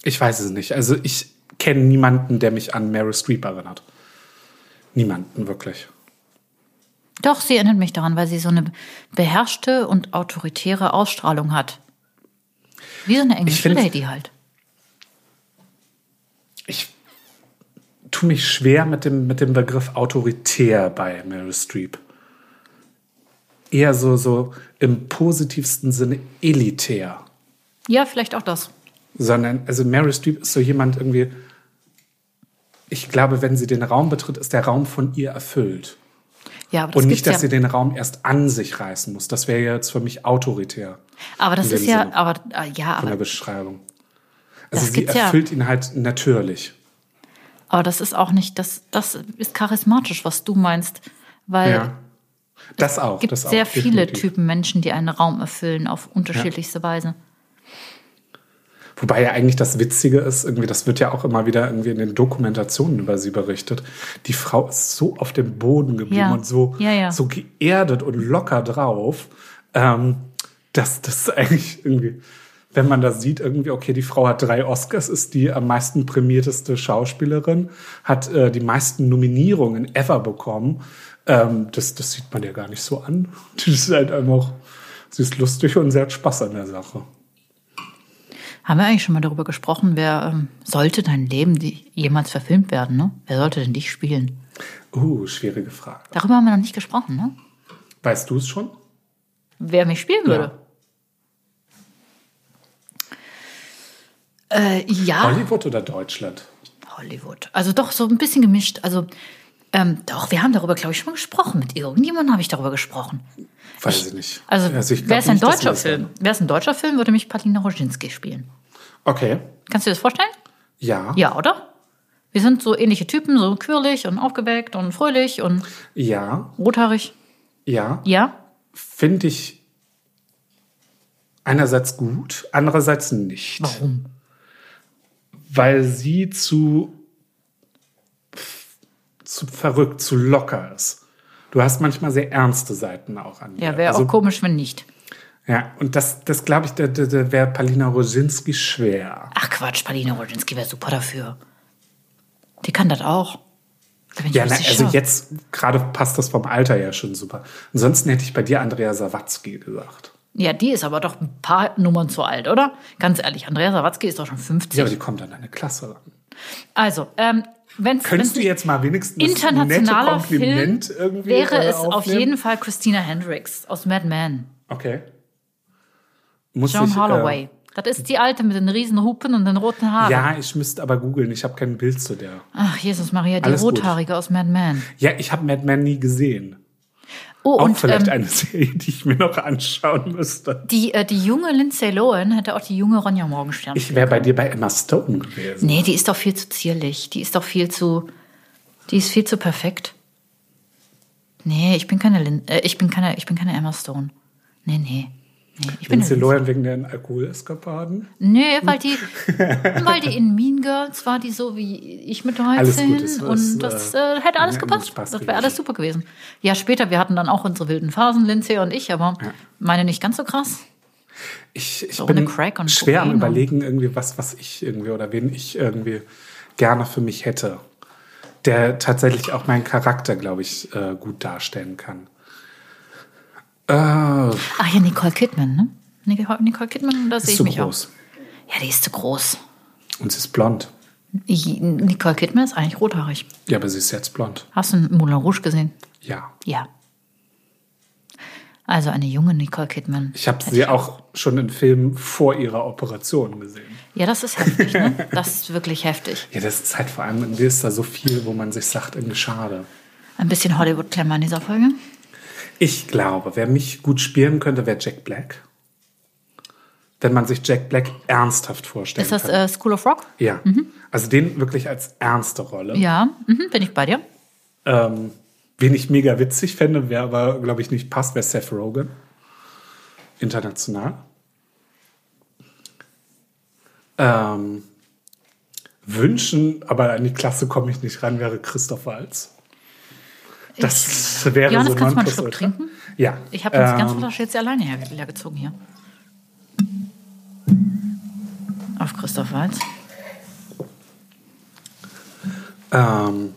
[SPEAKER 3] Ich weiß es nicht. Also ich kenne niemanden, der mich an Meryl Streep erinnert. Niemanden wirklich.
[SPEAKER 2] Doch, sie erinnert mich daran, weil sie so eine beherrschte und autoritäre Ausstrahlung hat. Wie so eine englische
[SPEAKER 3] find-
[SPEAKER 2] Lady halt.
[SPEAKER 3] ich tue mich schwer mit dem, mit dem Begriff autoritär bei Meryl Streep. Eher so, so im positivsten Sinne elitär.
[SPEAKER 2] Ja, vielleicht auch das.
[SPEAKER 3] Sondern, also Meryl Streep ist so jemand irgendwie, ich glaube, wenn sie den Raum betritt, ist der Raum von ihr erfüllt.
[SPEAKER 2] Ja, aber das
[SPEAKER 3] Und nicht, dass
[SPEAKER 2] gibt's
[SPEAKER 3] sie
[SPEAKER 2] ja.
[SPEAKER 3] den Raum erst an sich reißen muss. Das wäre jetzt für mich autoritär
[SPEAKER 2] Aber das
[SPEAKER 3] in dem
[SPEAKER 2] ist ja,
[SPEAKER 3] Sinne.
[SPEAKER 2] aber äh, ja,
[SPEAKER 3] von der
[SPEAKER 2] aber
[SPEAKER 3] Beschreibung. Also
[SPEAKER 2] Das
[SPEAKER 3] sie
[SPEAKER 2] gibt's ja.
[SPEAKER 3] erfüllt ihn halt natürlich.
[SPEAKER 2] Aber das ist auch nicht, das, das ist charismatisch, was du meinst. Weil
[SPEAKER 3] Ja. Das auch.
[SPEAKER 2] es gibt
[SPEAKER 3] das auch,
[SPEAKER 2] sehr viele
[SPEAKER 3] definitiv.
[SPEAKER 2] Typen Menschen, die einen Raum erfüllen auf unterschiedlichste Weise.
[SPEAKER 3] Wobei ja eigentlich das Witzige ist, irgendwie, das wird ja auch immer wieder irgendwie in den Dokumentationen über sie berichtet. Die Frau ist so auf dem Boden geblieben
[SPEAKER 2] Ja.
[SPEAKER 3] und so,
[SPEAKER 2] Ja, ja.
[SPEAKER 3] so geerdet und locker drauf, ähm, dass das eigentlich irgendwie, wenn man das sieht, irgendwie, okay, die Frau hat drei Oscars, ist die am meisten prämierteste Schauspielerin, hat äh, die meisten Nominierungen ever bekommen. Ähm, das, das sieht man ja gar nicht so an. Die ist halt einfach, sie ist lustig und sie hat Spaß an der Sache.
[SPEAKER 2] Haben wir eigentlich schon mal darüber gesprochen, wer ähm, sollte dein Leben die, jemals verfilmt werden? Ne? Wer sollte denn dich spielen?
[SPEAKER 3] Uh, schwierige Frage.
[SPEAKER 2] Darüber haben wir noch nicht gesprochen, ne?
[SPEAKER 3] Weißt du es schon?
[SPEAKER 2] Wer mich spielen würde? Ja. Äh, ja.
[SPEAKER 3] Hollywood oder Deutschland?
[SPEAKER 2] Hollywood. Also doch, so ein bisschen gemischt. Also ähm, doch, wir haben darüber, glaube ich, schon mal gesprochen. Mit irgendjemandem habe ich darüber gesprochen.
[SPEAKER 3] Weiß ich nicht.
[SPEAKER 2] Also,
[SPEAKER 3] ich glaub
[SPEAKER 2] wäre es ein
[SPEAKER 3] nicht, dass
[SPEAKER 2] deutscher
[SPEAKER 3] wir es
[SPEAKER 2] Film?
[SPEAKER 3] haben.
[SPEAKER 2] Wäre es ein deutscher Film, würde mich Paulina Roginski spielen.
[SPEAKER 3] Okay.
[SPEAKER 2] Kannst du dir das vorstellen?
[SPEAKER 3] Ja. ja.
[SPEAKER 2] Ja, oder? Wir sind so ähnliche Typen, so quirlig und aufgeweckt und fröhlich und
[SPEAKER 3] Ja.
[SPEAKER 2] rothaarig.
[SPEAKER 3] Ja.
[SPEAKER 2] Ja,
[SPEAKER 3] Finde ich einerseits gut, andererseits nicht. Warum? Weil sie zu, zu verrückt, zu locker ist. Du hast manchmal sehr ernste Seiten auch an
[SPEAKER 2] ja,
[SPEAKER 3] ihr.
[SPEAKER 2] wäre
[SPEAKER 3] also,
[SPEAKER 2] auch komisch, wenn nicht.
[SPEAKER 3] Ja, und das, das glaube ich, da, da, da wäre Palina Rosinski schwer.
[SPEAKER 2] Ach Quatsch, Paulina Roginski wäre super dafür. Die kann das auch. Da bin ich
[SPEAKER 3] Ja,
[SPEAKER 2] mir
[SPEAKER 3] na,
[SPEAKER 2] sicher.
[SPEAKER 3] also jetzt gerade passt das vom Alter ja schon super. Ansonsten hätte ich bei dir Andrea Sawatzki gesagt.
[SPEAKER 2] Ja, die ist aber doch ein paar Nummern zu alt, oder? Ganz ehrlich, Andrea Sawatzki ist doch schon 50.
[SPEAKER 3] Ja, aber die kommt an eine Klasse ran.
[SPEAKER 2] Also, ähm, wenn
[SPEAKER 3] Könntest du
[SPEAKER 2] es
[SPEAKER 3] jetzt mal wenigstens
[SPEAKER 2] internationaler
[SPEAKER 3] das nette
[SPEAKER 2] Film
[SPEAKER 3] Kompliment irgendwie
[SPEAKER 2] wäre,
[SPEAKER 3] äh,
[SPEAKER 2] es auf
[SPEAKER 3] aufnehmen?
[SPEAKER 2] jeden Fall Christina Hendricks aus Mad Men,
[SPEAKER 3] Okay. Muss
[SPEAKER 2] John
[SPEAKER 3] ich, äh,
[SPEAKER 2] Holloway. das ist die alte mit den riesen Hupen und den roten Haaren.
[SPEAKER 3] ja, ich müsste aber googeln. Ich habe kein Bild zu der.
[SPEAKER 2] Ach, Jesus Maria, die
[SPEAKER 3] Alles gut.
[SPEAKER 2] Rothaarige aus Mad Men.
[SPEAKER 3] Ja, ich habe Mad Men nie gesehen.
[SPEAKER 2] Oh,
[SPEAKER 3] Auch
[SPEAKER 2] und
[SPEAKER 3] vielleicht
[SPEAKER 2] ähm,
[SPEAKER 3] eine Serie, die ich mir noch anschauen müsste.
[SPEAKER 2] die, äh, die junge Lindsay Lohan hätte auch die junge Ronja Morgenstern.
[SPEAKER 3] Ich wäre bei dir bei Emma Stone gewesen.
[SPEAKER 2] nee, die ist doch viel zu zierlich. Die ist doch viel zu, die ist viel zu perfekt. Nee, ich bin keine, Lin äh, ich bin keine, ich bin keine Emma Stone. Nee, nee. nee ich bin eine
[SPEAKER 3] Lindsay Lohan wegen den Alkoholeskapaden.
[SPEAKER 2] Nee, weil die, weil die in Mean Girls war die so wie ich mit 13
[SPEAKER 3] Alles gut, das war-
[SPEAKER 2] und
[SPEAKER 3] das,
[SPEAKER 2] das
[SPEAKER 3] äh,
[SPEAKER 2] äh, hätte alles
[SPEAKER 3] ja,
[SPEAKER 2] gepasst.
[SPEAKER 3] Spaß
[SPEAKER 2] Das
[SPEAKER 3] gewesen.
[SPEAKER 2] wäre alles super gewesen. Ja, später, wir hatten dann auch unsere wilden Phasen, Lindsay und ich, aber meine nicht ganz so krass.
[SPEAKER 3] Ich, ich
[SPEAKER 2] So
[SPEAKER 3] bin
[SPEAKER 2] ohne Crack und
[SPEAKER 3] schwer am
[SPEAKER 2] Kokain und-
[SPEAKER 3] überlegen, irgendwie was, was ich irgendwie oder wen ich irgendwie gerne für mich hätte, der tatsächlich auch meinen Charakter, glaube ich, äh, gut darstellen kann. Äh,
[SPEAKER 2] Ach ja, Ah, Nicole Kidman, ne? Nicole Nicole Kidman, da sehe
[SPEAKER 3] ist
[SPEAKER 2] ich
[SPEAKER 3] zu
[SPEAKER 2] mich
[SPEAKER 3] groß.
[SPEAKER 2] auch. Ja, die ist zu groß.
[SPEAKER 3] Und sie ist blond.
[SPEAKER 2] Ich, Nicole Kidman ist eigentlich rothaarig.
[SPEAKER 3] Ja, aber sie ist jetzt blond.
[SPEAKER 2] Hast du Moulin Rouge gesehen?
[SPEAKER 3] Ja.
[SPEAKER 2] Ja. Also eine junge Nicole Kidman.
[SPEAKER 3] Ich habe sie auch schon in Filmen vor ihrer Operation gesehen.
[SPEAKER 2] Ja, das ist heftig, ne? Das ist wirklich heftig.
[SPEAKER 3] Ja, das ist halt vor allem, irgendwie ist da so viel, wo man sich sagt, irgendwie schade.
[SPEAKER 2] Ein bisschen Hollywood-Klemmer in dieser Folge.
[SPEAKER 3] Ich glaube, wer mich gut spielen könnte, wäre Jack Black. Wenn man sich Jack Black ernsthaft vorstellen
[SPEAKER 2] Ist das
[SPEAKER 3] kann.
[SPEAKER 2] äh, School of Rock?
[SPEAKER 3] ja. Also den wirklich als ernste Rolle.
[SPEAKER 2] Ja, mhm, bin ich bei dir.
[SPEAKER 3] Ähm, wen ich mega witzig fände, wäre aber, glaube ich, nicht passt, wäre Seth Rogen. International. Ähm, wünschen, aber an die Klasse komme ich nicht ran, wäre Christoph Walz. Das wäre
[SPEAKER 2] Johannes,
[SPEAKER 3] so
[SPEAKER 2] kannst du mal einen Schluck
[SPEAKER 3] Nonplusultra.
[SPEAKER 2] trinken?
[SPEAKER 3] Ja.
[SPEAKER 2] Ich habe uns die ganze
[SPEAKER 3] Ähm,
[SPEAKER 2] Flasche jetzt alleine her- hergezogen hier. Auf Christoph Walz.
[SPEAKER 3] Ähm,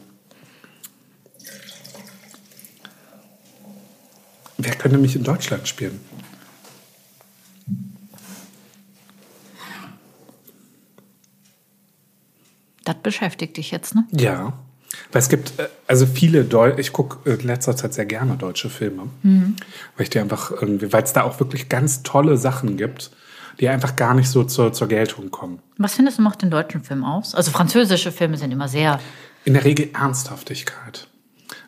[SPEAKER 3] wer könnte mich in Deutschland spielen?
[SPEAKER 2] Das beschäftigt dich jetzt, ne?
[SPEAKER 3] Ja. Weil es gibt, äh, also viele Deu ich gucke in letzter Zeit sehr gerne deutsche Filme. Weil ich die einfach irgendwie, weil es da auch wirklich ganz tolle Sachen gibt, die einfach gar nicht so zur, zur Geltung kommen.
[SPEAKER 2] Was findest du macht den deutschen Film aus? Also französische Filme sind immer sehr.
[SPEAKER 3] In der Regel Ernsthaftigkeit.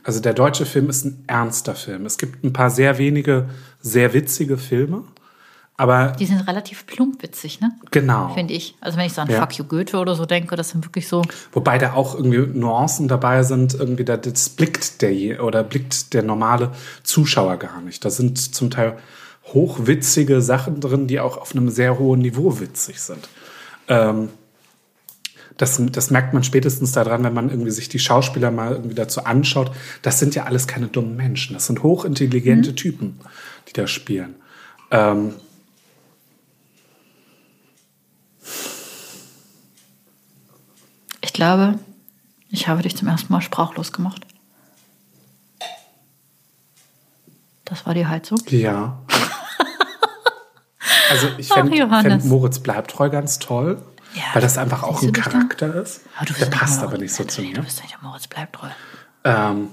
[SPEAKER 3] Also der deutsche Film ist ein ernster Film. Es gibt ein paar sehr wenige, sehr witzige Filme, Aber
[SPEAKER 2] Die sind relativ plump witzig, ne?
[SPEAKER 3] genau.
[SPEAKER 2] Finde ich. Also wenn ich so an
[SPEAKER 3] Ja.
[SPEAKER 2] Fuck you Goethe oder so denke, das sind wirklich so.
[SPEAKER 3] Wobei da auch irgendwie Nuancen dabei sind, irgendwie da, das blickt der oder blickt der normale Zuschauer gar nicht. Da sind zum Teil hochwitzige Sachen drin, die auch auf einem sehr hohen Niveau witzig sind. Ähm, das, das merkt man spätestens daran, wenn man irgendwie sich die Schauspieler mal irgendwie dazu anschaut. Das sind ja alles keine dummen Menschen. Das sind hochintelligente Typen, die da spielen. Ähm,
[SPEAKER 2] Ich glaube, ich habe dich zum ersten Mal sprachlos gemacht. Das war die Heizung.
[SPEAKER 3] Ja. Also ich
[SPEAKER 2] Ach,
[SPEAKER 3] fände
[SPEAKER 2] Johannes.
[SPEAKER 3] fänd Moritz bleibt treu ganz toll,
[SPEAKER 2] Ja,
[SPEAKER 3] weil das einfach auch
[SPEAKER 2] siehst du dich
[SPEAKER 3] ein
[SPEAKER 2] da?
[SPEAKER 3] Charakter ist.
[SPEAKER 2] Aber du bist
[SPEAKER 3] Der
[SPEAKER 2] nicht
[SPEAKER 3] passt
[SPEAKER 2] mal-
[SPEAKER 3] aber nicht so zu
[SPEAKER 2] Nee, Du
[SPEAKER 3] mir.
[SPEAKER 2] bist nicht der Moritz, bleib treu.
[SPEAKER 3] Ähm,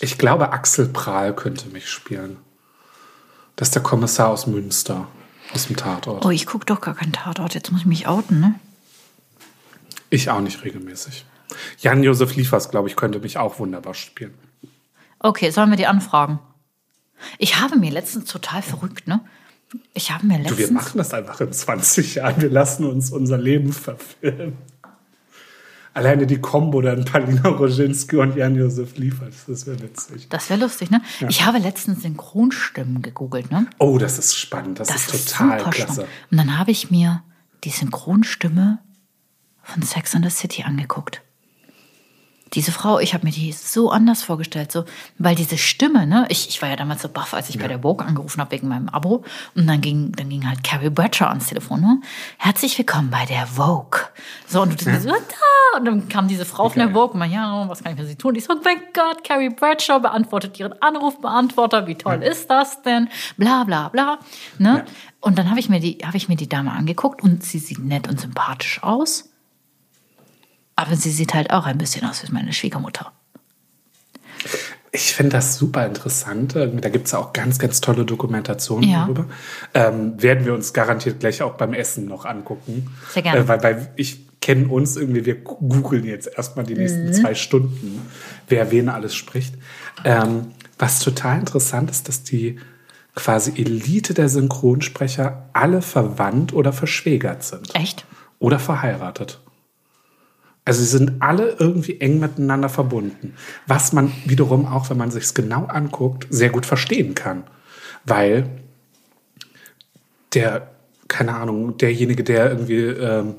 [SPEAKER 3] ich glaube, Axel Prahl könnte mich spielen. Das ist der Kommissar aus Münster, aus dem Tatort.
[SPEAKER 2] Oh, ich gucke doch gar keinen Tatort. Jetzt muss ich mich outen, ne?
[SPEAKER 3] Ich auch nicht regelmäßig. Jan-Josef Liefers, glaube ich, könnte mich auch wunderbar spielen.
[SPEAKER 2] Okay, sollen wir die anfragen? Ich habe mir letztens total verrückt, ne? Ich habe mir
[SPEAKER 3] Du, wir
[SPEAKER 2] letztens.
[SPEAKER 3] machen das einfach in 20 Jahren. Wir lassen uns unser Leben verfilmen. Alleine die Kombo dann Palina Roginski und Jan-Josef liefert, das wäre witzig.
[SPEAKER 2] Das wäre lustig, ne? Ich habe letztens Synchronstimmen gegoogelt, ne?
[SPEAKER 3] Oh, das ist spannend. Das,
[SPEAKER 2] Das
[SPEAKER 3] ist total
[SPEAKER 2] super
[SPEAKER 3] klasse.
[SPEAKER 2] spannend. Und dann habe ich mir die Synchronstimme von Sex and the City angeguckt. Diese Frau, ich habe mir die so anders vorgestellt, so, weil diese Stimme, ne, ich, ich war ja damals so baff, als ich bei der Vogue angerufen habe wegen meinem Abo. Und dann ging, dann ging halt Carrie Bradshaw ans Telefon, ne? Herzlich willkommen bei der Vogue. So, und du so, "Ah, da! Und dann kam diese Frau von der
[SPEAKER 3] Geil.
[SPEAKER 2] Vogue und meinte, ja, was kann ich für sie tun? Ich so, mein Gott, Carrie Bradshaw beantwortet ihren Anrufbeantworter, wie toll ist das denn? Bla bla bla. Ne?
[SPEAKER 3] Ja.
[SPEAKER 2] Und dann habe ich, mir die- habe ich mir die Dame angeguckt und sie sieht nett und sympathisch aus. Aber sie sieht halt auch ein bisschen aus wie meine Schwiegermutter.
[SPEAKER 3] Ich finde das super interessant. Irgendwie, Da gibt es auch ganz, ganz tolle Dokumentationen
[SPEAKER 2] Ja.
[SPEAKER 3] darüber. Ähm, werden wir uns garantiert gleich auch beim Essen noch angucken.
[SPEAKER 2] Sehr gerne.
[SPEAKER 3] Äh, weil, weil ich kenne uns irgendwie, wir googeln jetzt erstmal die
[SPEAKER 2] Mhm.
[SPEAKER 3] nächsten zwei Stunden, wer wen alles spricht. Ähm, was total interessant ist, dass die quasi Elite der Synchronsprecher alle verwandt oder verschwägert sind
[SPEAKER 2] Echt?
[SPEAKER 3] oder verheiratet. Also sie sind alle irgendwie eng miteinander verbunden. Was man wiederum auch, wenn man sich es genau anguckt, sehr gut verstehen kann. Weil der, keine Ahnung, derjenige, der irgendwie ähm,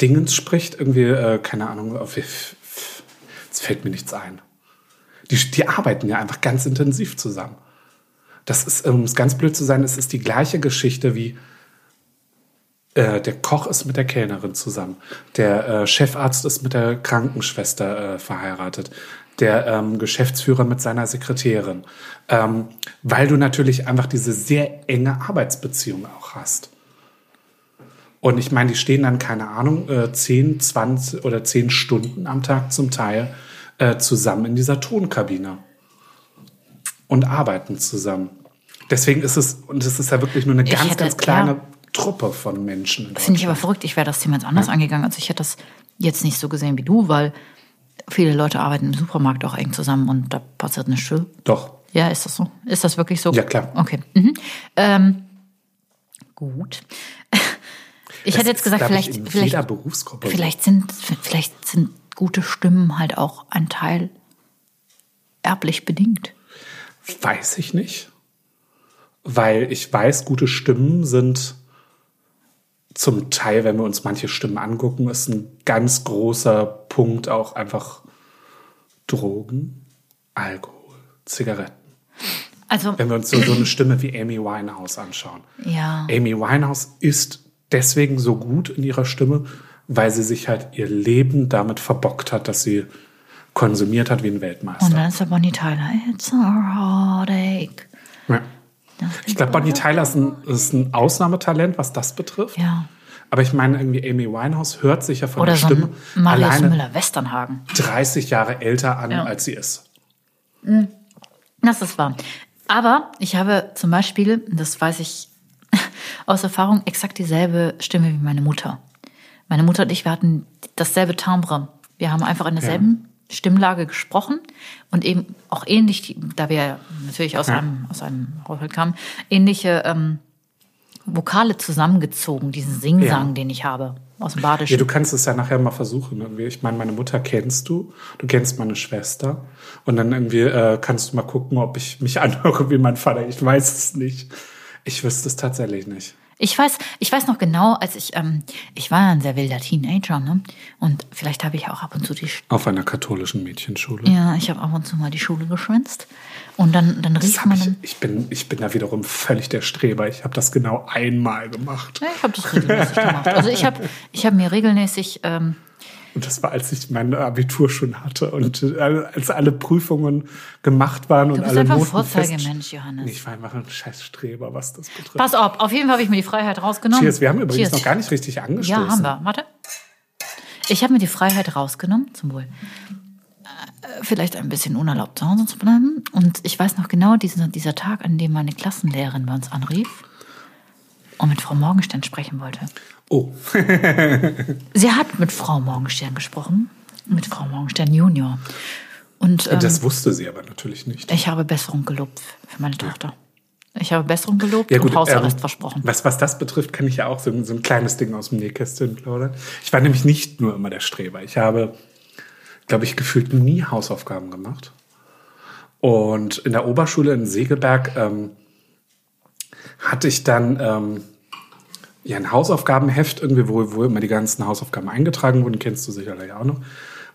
[SPEAKER 3] Dingens spricht, irgendwie, äh, keine Ahnung, auf- jetzt fällt mir nichts ein. Die, die arbeiten ja einfach ganz intensiv zusammen. Das ist, um es ganz blöd zu sein, es ist die gleiche Geschichte wie äh, der Koch ist mit der Kellnerin zusammen. Der äh, Chefarzt ist mit der Krankenschwester äh, verheiratet. Der ähm, Geschäftsführer mit seiner Sekretärin. Ähm, weil du natürlich einfach diese sehr enge Arbeitsbeziehung auch hast. Und ich meine, die stehen dann, keine Ahnung, äh, 10, 20 oder 10 Stunden am Tag zum Teil äh, zusammen in dieser Tonkabine und arbeiten zusammen. Deswegen ist es, und es ist ja wirklich nur eine
[SPEAKER 2] Ich
[SPEAKER 3] ganz,
[SPEAKER 2] hätte-
[SPEAKER 3] ganz kleine
[SPEAKER 2] ja.
[SPEAKER 3] Truppe von Menschen. in
[SPEAKER 2] Finde ich aber
[SPEAKER 3] Deutschland.
[SPEAKER 2] verrückt. Ich wäre das Thema jetzt anders angegangen. Also ich hätte das jetzt nicht so gesehen wie du, weil viele Leute arbeiten im Supermarkt auch eng zusammen und da passiert eine Schill.
[SPEAKER 3] Doch.
[SPEAKER 2] Ja, ist das so? Ist das wirklich so?
[SPEAKER 3] Ja, klar.
[SPEAKER 2] Okay. Mhm. Ähm, gut. Ich hätte jetzt gesagt,
[SPEAKER 3] glaube ich,
[SPEAKER 2] vielleicht,
[SPEAKER 3] in
[SPEAKER 2] vielleicht,
[SPEAKER 3] jeder Berufsgruppe.
[SPEAKER 2] vielleicht, sind, vielleicht sind gute Stimmen halt auch ein Teil erblich bedingt.
[SPEAKER 3] Weiß ich nicht. Weil ich weiß, gute Stimmen sind zum Teil, wenn wir uns manche Stimmen angucken, ist ein ganz großer Punkt auch einfach Drogen, Alkohol, Zigaretten.
[SPEAKER 2] Also,
[SPEAKER 3] Wenn wir uns so, so eine Stimme wie Amy Winehouse anschauen.
[SPEAKER 2] ja.
[SPEAKER 3] Amy Winehouse ist deswegen so gut in ihrer Stimme, weil sie sich halt ihr Leben damit verbockt hat, dass sie konsumiert hat wie ein Weltmeister.
[SPEAKER 2] Und dann ist da Bonnie Tyler. It's a heartache.
[SPEAKER 3] Ja. Ich glaube, Bonnie Tyler ist ein, ist ein Ausnahmetalent, was das betrifft.
[SPEAKER 2] Ja.
[SPEAKER 3] Aber ich meine, irgendwie Amy Winehouse hört sich ja von
[SPEAKER 2] Oder
[SPEAKER 3] der
[SPEAKER 2] so
[SPEAKER 3] Stimme
[SPEAKER 2] ein Marius
[SPEAKER 3] alleine
[SPEAKER 2] Müller-Westernhagen.
[SPEAKER 3] 30 Jahre älter an,
[SPEAKER 2] Ja.
[SPEAKER 3] als sie ist.
[SPEAKER 2] Das ist wahr. Aber ich habe zum Beispiel, das weiß ich aus Erfahrung, exakt dieselbe Stimme wie meine Mutter. Meine Mutter und ich, wir hatten dasselbe Timbre. Wir haben einfach in derselben Stimmlage gesprochen und eben auch ähnlich, die- da wir ja natürlich aus,
[SPEAKER 3] Ja.
[SPEAKER 2] einem, aus einem Haushalt kamen, ähnliche ähm, Vokale zusammengezogen, diesen Singsang,
[SPEAKER 3] Ja.
[SPEAKER 2] den ich habe aus dem
[SPEAKER 3] Ja,
[SPEAKER 2] Badischen.
[SPEAKER 3] du kannst es ja nachher mal versuchen. Irgendwie. Ich meine, meine Mutter kennst du, du kennst meine Schwester. Und dann irgendwie äh, kannst du mal gucken, ob ich mich anhöre wie mein Vater. Ich weiß es nicht. Ich wüsste es tatsächlich nicht.
[SPEAKER 2] Ich weiß, ich weiß noch genau, als ich, ähm, ich war ja ein sehr wilder Teenager, ne? Und vielleicht habe ich auch ab und zu die, Sch-
[SPEAKER 3] Auf einer katholischen Mädchenschule.
[SPEAKER 2] ja, ich habe ab und zu mal die Schule geschwänzt. Und dann, dann
[SPEAKER 3] Das
[SPEAKER 2] rief
[SPEAKER 3] hab
[SPEAKER 2] man,
[SPEAKER 3] ich,
[SPEAKER 2] dann,
[SPEAKER 3] ich, bin, ich bin da wiederum völlig der Streber. Ich habe das genau einmal gemacht.
[SPEAKER 2] ja, ich habe das regelmäßig gemacht. Also ich habe, ich habe mir regelmäßig, ähm,
[SPEAKER 3] Und das war, als ich mein Abitur schon hatte und äh, als alle Prüfungen gemacht waren
[SPEAKER 2] du
[SPEAKER 3] und
[SPEAKER 2] bist
[SPEAKER 3] alle
[SPEAKER 2] einfach
[SPEAKER 3] Noten
[SPEAKER 2] ein
[SPEAKER 3] fest-
[SPEAKER 2] Vorzeigemensch, Johannes.
[SPEAKER 3] Nee, Ich war einfach ein scheiß Streber, was das betrifft.
[SPEAKER 2] Pass auf, auf jeden Fall habe ich mir die Freiheit rausgenommen.
[SPEAKER 3] Cheers, wir haben übrigens
[SPEAKER 2] Cheers.
[SPEAKER 3] noch gar nicht richtig angestoßen.
[SPEAKER 2] Ja, haben wir. Warte. Ich habe mir die Freiheit rausgenommen, zum Wohl. Äh, Vielleicht ein bisschen unerlaubt zu Hause zu bleiben. Und ich weiß noch genau, diesen, dieser Tag, an dem meine Klassenlehrerin bei uns anrief und mit Frau Morgenstern sprechen wollte.
[SPEAKER 3] Oh,
[SPEAKER 2] Sie hat mit Frau Morgenstern gesprochen, mit Frau Morgenstern Junior. Und ähm,
[SPEAKER 3] das wusste sie aber natürlich nicht.
[SPEAKER 2] ich habe Besserung gelobt für meine Tochter. Ich habe Besserung gelobt und
[SPEAKER 3] ähm,
[SPEAKER 2] Hausarrest versprochen.
[SPEAKER 3] Was, was das betrifft, kann ich ja auch so, ein- so ein kleines Ding aus dem Nähkästchen plaudern. Ich war nämlich nicht nur immer der Streber. Ich habe, glaube ich, gefühlt nie Hausaufgaben gemacht. Und in der Oberschule in Segeberg ähm, hatte ich dann ähm, ja, ein Hausaufgabenheft irgendwie, wo, wo immer die ganzen Hausaufgaben eingetragen wurden, kennst du sicherlich auch noch.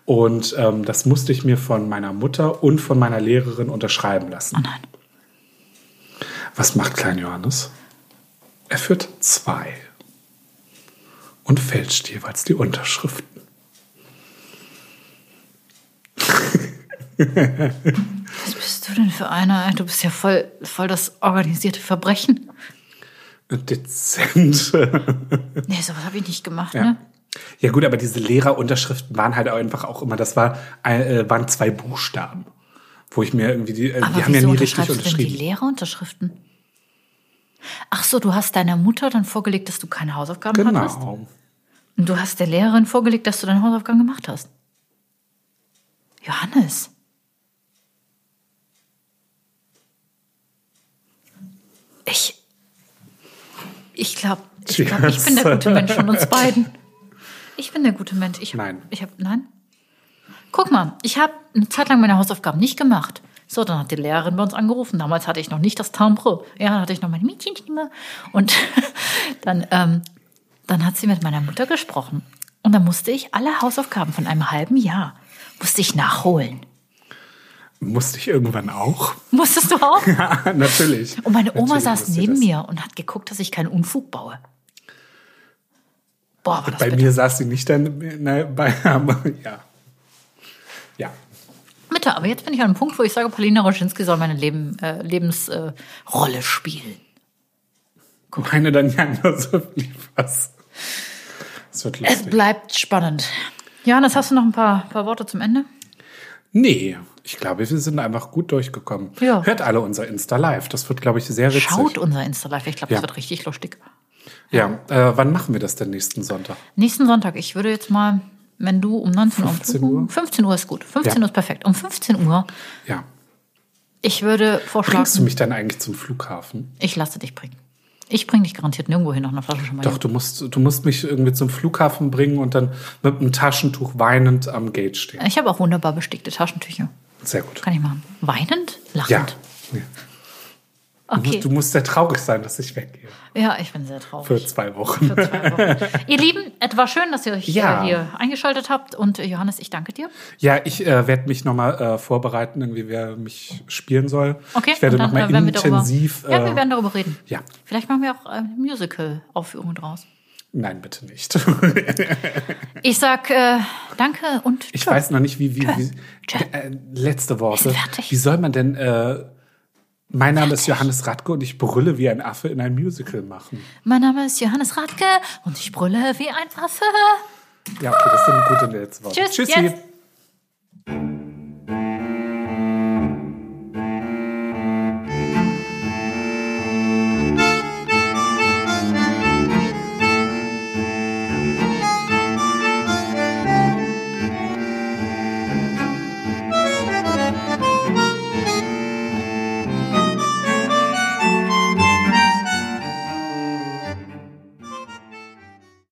[SPEAKER 3] Und ähm, das musste ich mir von meiner Mutter und von meiner Lehrerin unterschreiben lassen.
[SPEAKER 2] Oh nein.
[SPEAKER 3] Was macht Klein Johannes? Er führt zwei und fälscht jeweils die Unterschriften.
[SPEAKER 2] Was bist du denn für einer? ey? Du bist ja voll, voll das organisierte Verbrechen.
[SPEAKER 3] Dezent.
[SPEAKER 2] Nee, sowas habe ich nicht gemacht,
[SPEAKER 3] Ja.
[SPEAKER 2] ne?
[SPEAKER 3] ja gut, aber diese Lehrerunterschriften waren halt auch einfach auch immer, das war, äh, waren zwei Buchstaben, wo ich mir irgendwie die, äh,
[SPEAKER 2] Aber
[SPEAKER 3] die haben ja
[SPEAKER 2] wieso
[SPEAKER 3] nie
[SPEAKER 2] unterschreibst
[SPEAKER 3] richtig
[SPEAKER 2] du denn die
[SPEAKER 3] unterschrieben.
[SPEAKER 2] Lehrerunterschriften? Ach so, du hast deiner Mutter dann vorgelegt, dass du keine Hausaufgaben hattest?
[SPEAKER 3] Genau.
[SPEAKER 2] Und du hast der Lehrerin vorgelegt, dass du deine Hausaufgaben gemacht hast? Johannes. Ich... Ich glaube, ich, glaub, ich bin der
[SPEAKER 3] Cheers.
[SPEAKER 2] gute Mensch von uns beiden. Ich bin der gute Mensch. Ich hab,
[SPEAKER 3] Nein.
[SPEAKER 2] Ich hab, nein? Guck mal, ich habe eine Zeit lang meine Hausaufgaben nicht gemacht. So, dann hat die Lehrerin bei uns angerufen. Damals hatte ich noch nicht das Timbre. Ja, dann hatte ich noch meine Mädchenstimme. Und dann, ähm, dann hat sie mit meiner Mutter gesprochen. Und dann musste ich alle Hausaufgaben von einem halben Jahr musste ich nachholen.
[SPEAKER 3] Musste ich irgendwann auch?
[SPEAKER 2] Musstest du auch?
[SPEAKER 3] Ja, natürlich.
[SPEAKER 2] Und meine Oma
[SPEAKER 3] Natürlich
[SPEAKER 2] saß
[SPEAKER 3] musste ich
[SPEAKER 2] neben
[SPEAKER 3] das.
[SPEAKER 2] mir und hat geguckt, dass ich keinen Unfug baue. Boah, war das
[SPEAKER 3] Bei
[SPEAKER 2] bitter.
[SPEAKER 3] mir saß sie nicht dann, nein, bei, aber ja. Ja.
[SPEAKER 2] Mitte, aber jetzt bin ich an einem Punkt, wo ich sage, Paulina Roschinski soll meine Leben, äh, Lebensrolle äh, Rolle spielen.
[SPEAKER 3] Meine dann ja nur so viel was. Das wird
[SPEAKER 2] Es
[SPEAKER 3] lustig.
[SPEAKER 2] bleibt spannend. Johannes, hast du noch ein paar, paar Worte zum Ende?
[SPEAKER 3] Nee, ich glaube, wir sind einfach gut durchgekommen.
[SPEAKER 2] Ja.
[SPEAKER 3] Hört alle unser Insta Live. Das wird, glaube ich, sehr witzig.
[SPEAKER 2] Schaut unser Insta-Live. Ich glaube,
[SPEAKER 3] Ja.
[SPEAKER 2] das wird richtig lustig.
[SPEAKER 3] Ja, äh, wann machen wir das denn nächsten Sonntag?
[SPEAKER 2] Nächsten Sonntag, ich würde jetzt mal, wenn du um 19 Uhr.
[SPEAKER 3] 15 Uhr?
[SPEAKER 2] 15 Uhr ist gut. 15
[SPEAKER 3] Ja.
[SPEAKER 2] Uhr ist perfekt. Um 15 Uhr,
[SPEAKER 3] Ja.
[SPEAKER 2] ich würde
[SPEAKER 3] Bringst du
[SPEAKER 2] vorschlagen,
[SPEAKER 3] mich dann eigentlich zum Flughafen?
[SPEAKER 2] ich lasse dich bringen. Ich bringe dich garantiert nirgendwo hin, noch eine Flasche Champagner.
[SPEAKER 3] Doch, du musst, du musst mich irgendwie zum Flughafen bringen und dann mit einem Taschentuch weinend am Gate stehen.
[SPEAKER 2] Ich habe auch wunderbar bestickte Taschentücher.
[SPEAKER 3] Sehr gut.
[SPEAKER 2] Kann ich machen. Weinend?
[SPEAKER 3] Ja.
[SPEAKER 2] Lachend?
[SPEAKER 3] Ja. Du,
[SPEAKER 2] Okay.
[SPEAKER 3] musst, du musst sehr traurig sein, dass ich weggehe.
[SPEAKER 2] ja, ich bin sehr traurig.
[SPEAKER 3] Für zwei Wochen.
[SPEAKER 2] Für zwei Wochen. Ihr Lieben, es war schön, dass ihr euch
[SPEAKER 3] Ja.
[SPEAKER 2] äh, hier eingeschaltet habt. Und äh, Johannes, ich danke dir.
[SPEAKER 3] Ja, ich äh, werde mich nochmal äh, vorbereiten, irgendwie wer mich spielen soll.
[SPEAKER 2] Okay,
[SPEAKER 3] ich werde
[SPEAKER 2] und dann,
[SPEAKER 3] nochmal
[SPEAKER 2] äh, werden wir darüber-
[SPEAKER 3] intensiv.
[SPEAKER 2] Ja, wir
[SPEAKER 3] äh,
[SPEAKER 2] werden darüber reden.
[SPEAKER 3] ja.
[SPEAKER 2] Vielleicht machen wir auch äh, eine Musical-Aufführung draus.
[SPEAKER 3] nein, bitte nicht.
[SPEAKER 2] Ich sag äh, danke und
[SPEAKER 3] Ich weiß noch nicht, wie, wie, wie
[SPEAKER 2] Tschö.
[SPEAKER 3] äh, letzte
[SPEAKER 2] Wir
[SPEAKER 3] Worte.
[SPEAKER 2] sind fertig.
[SPEAKER 3] Wie soll man denn äh, mein Name ist Johannes Radke und ich brülle wie ein Affe in ein Musical machen?
[SPEAKER 2] mein Name ist Johannes Radke und ich brülle wie ein Affe.
[SPEAKER 3] Ja, okay, das sind gute letzte Worte.
[SPEAKER 2] Tschüss,
[SPEAKER 3] Tschüssi.
[SPEAKER 2] jetzt.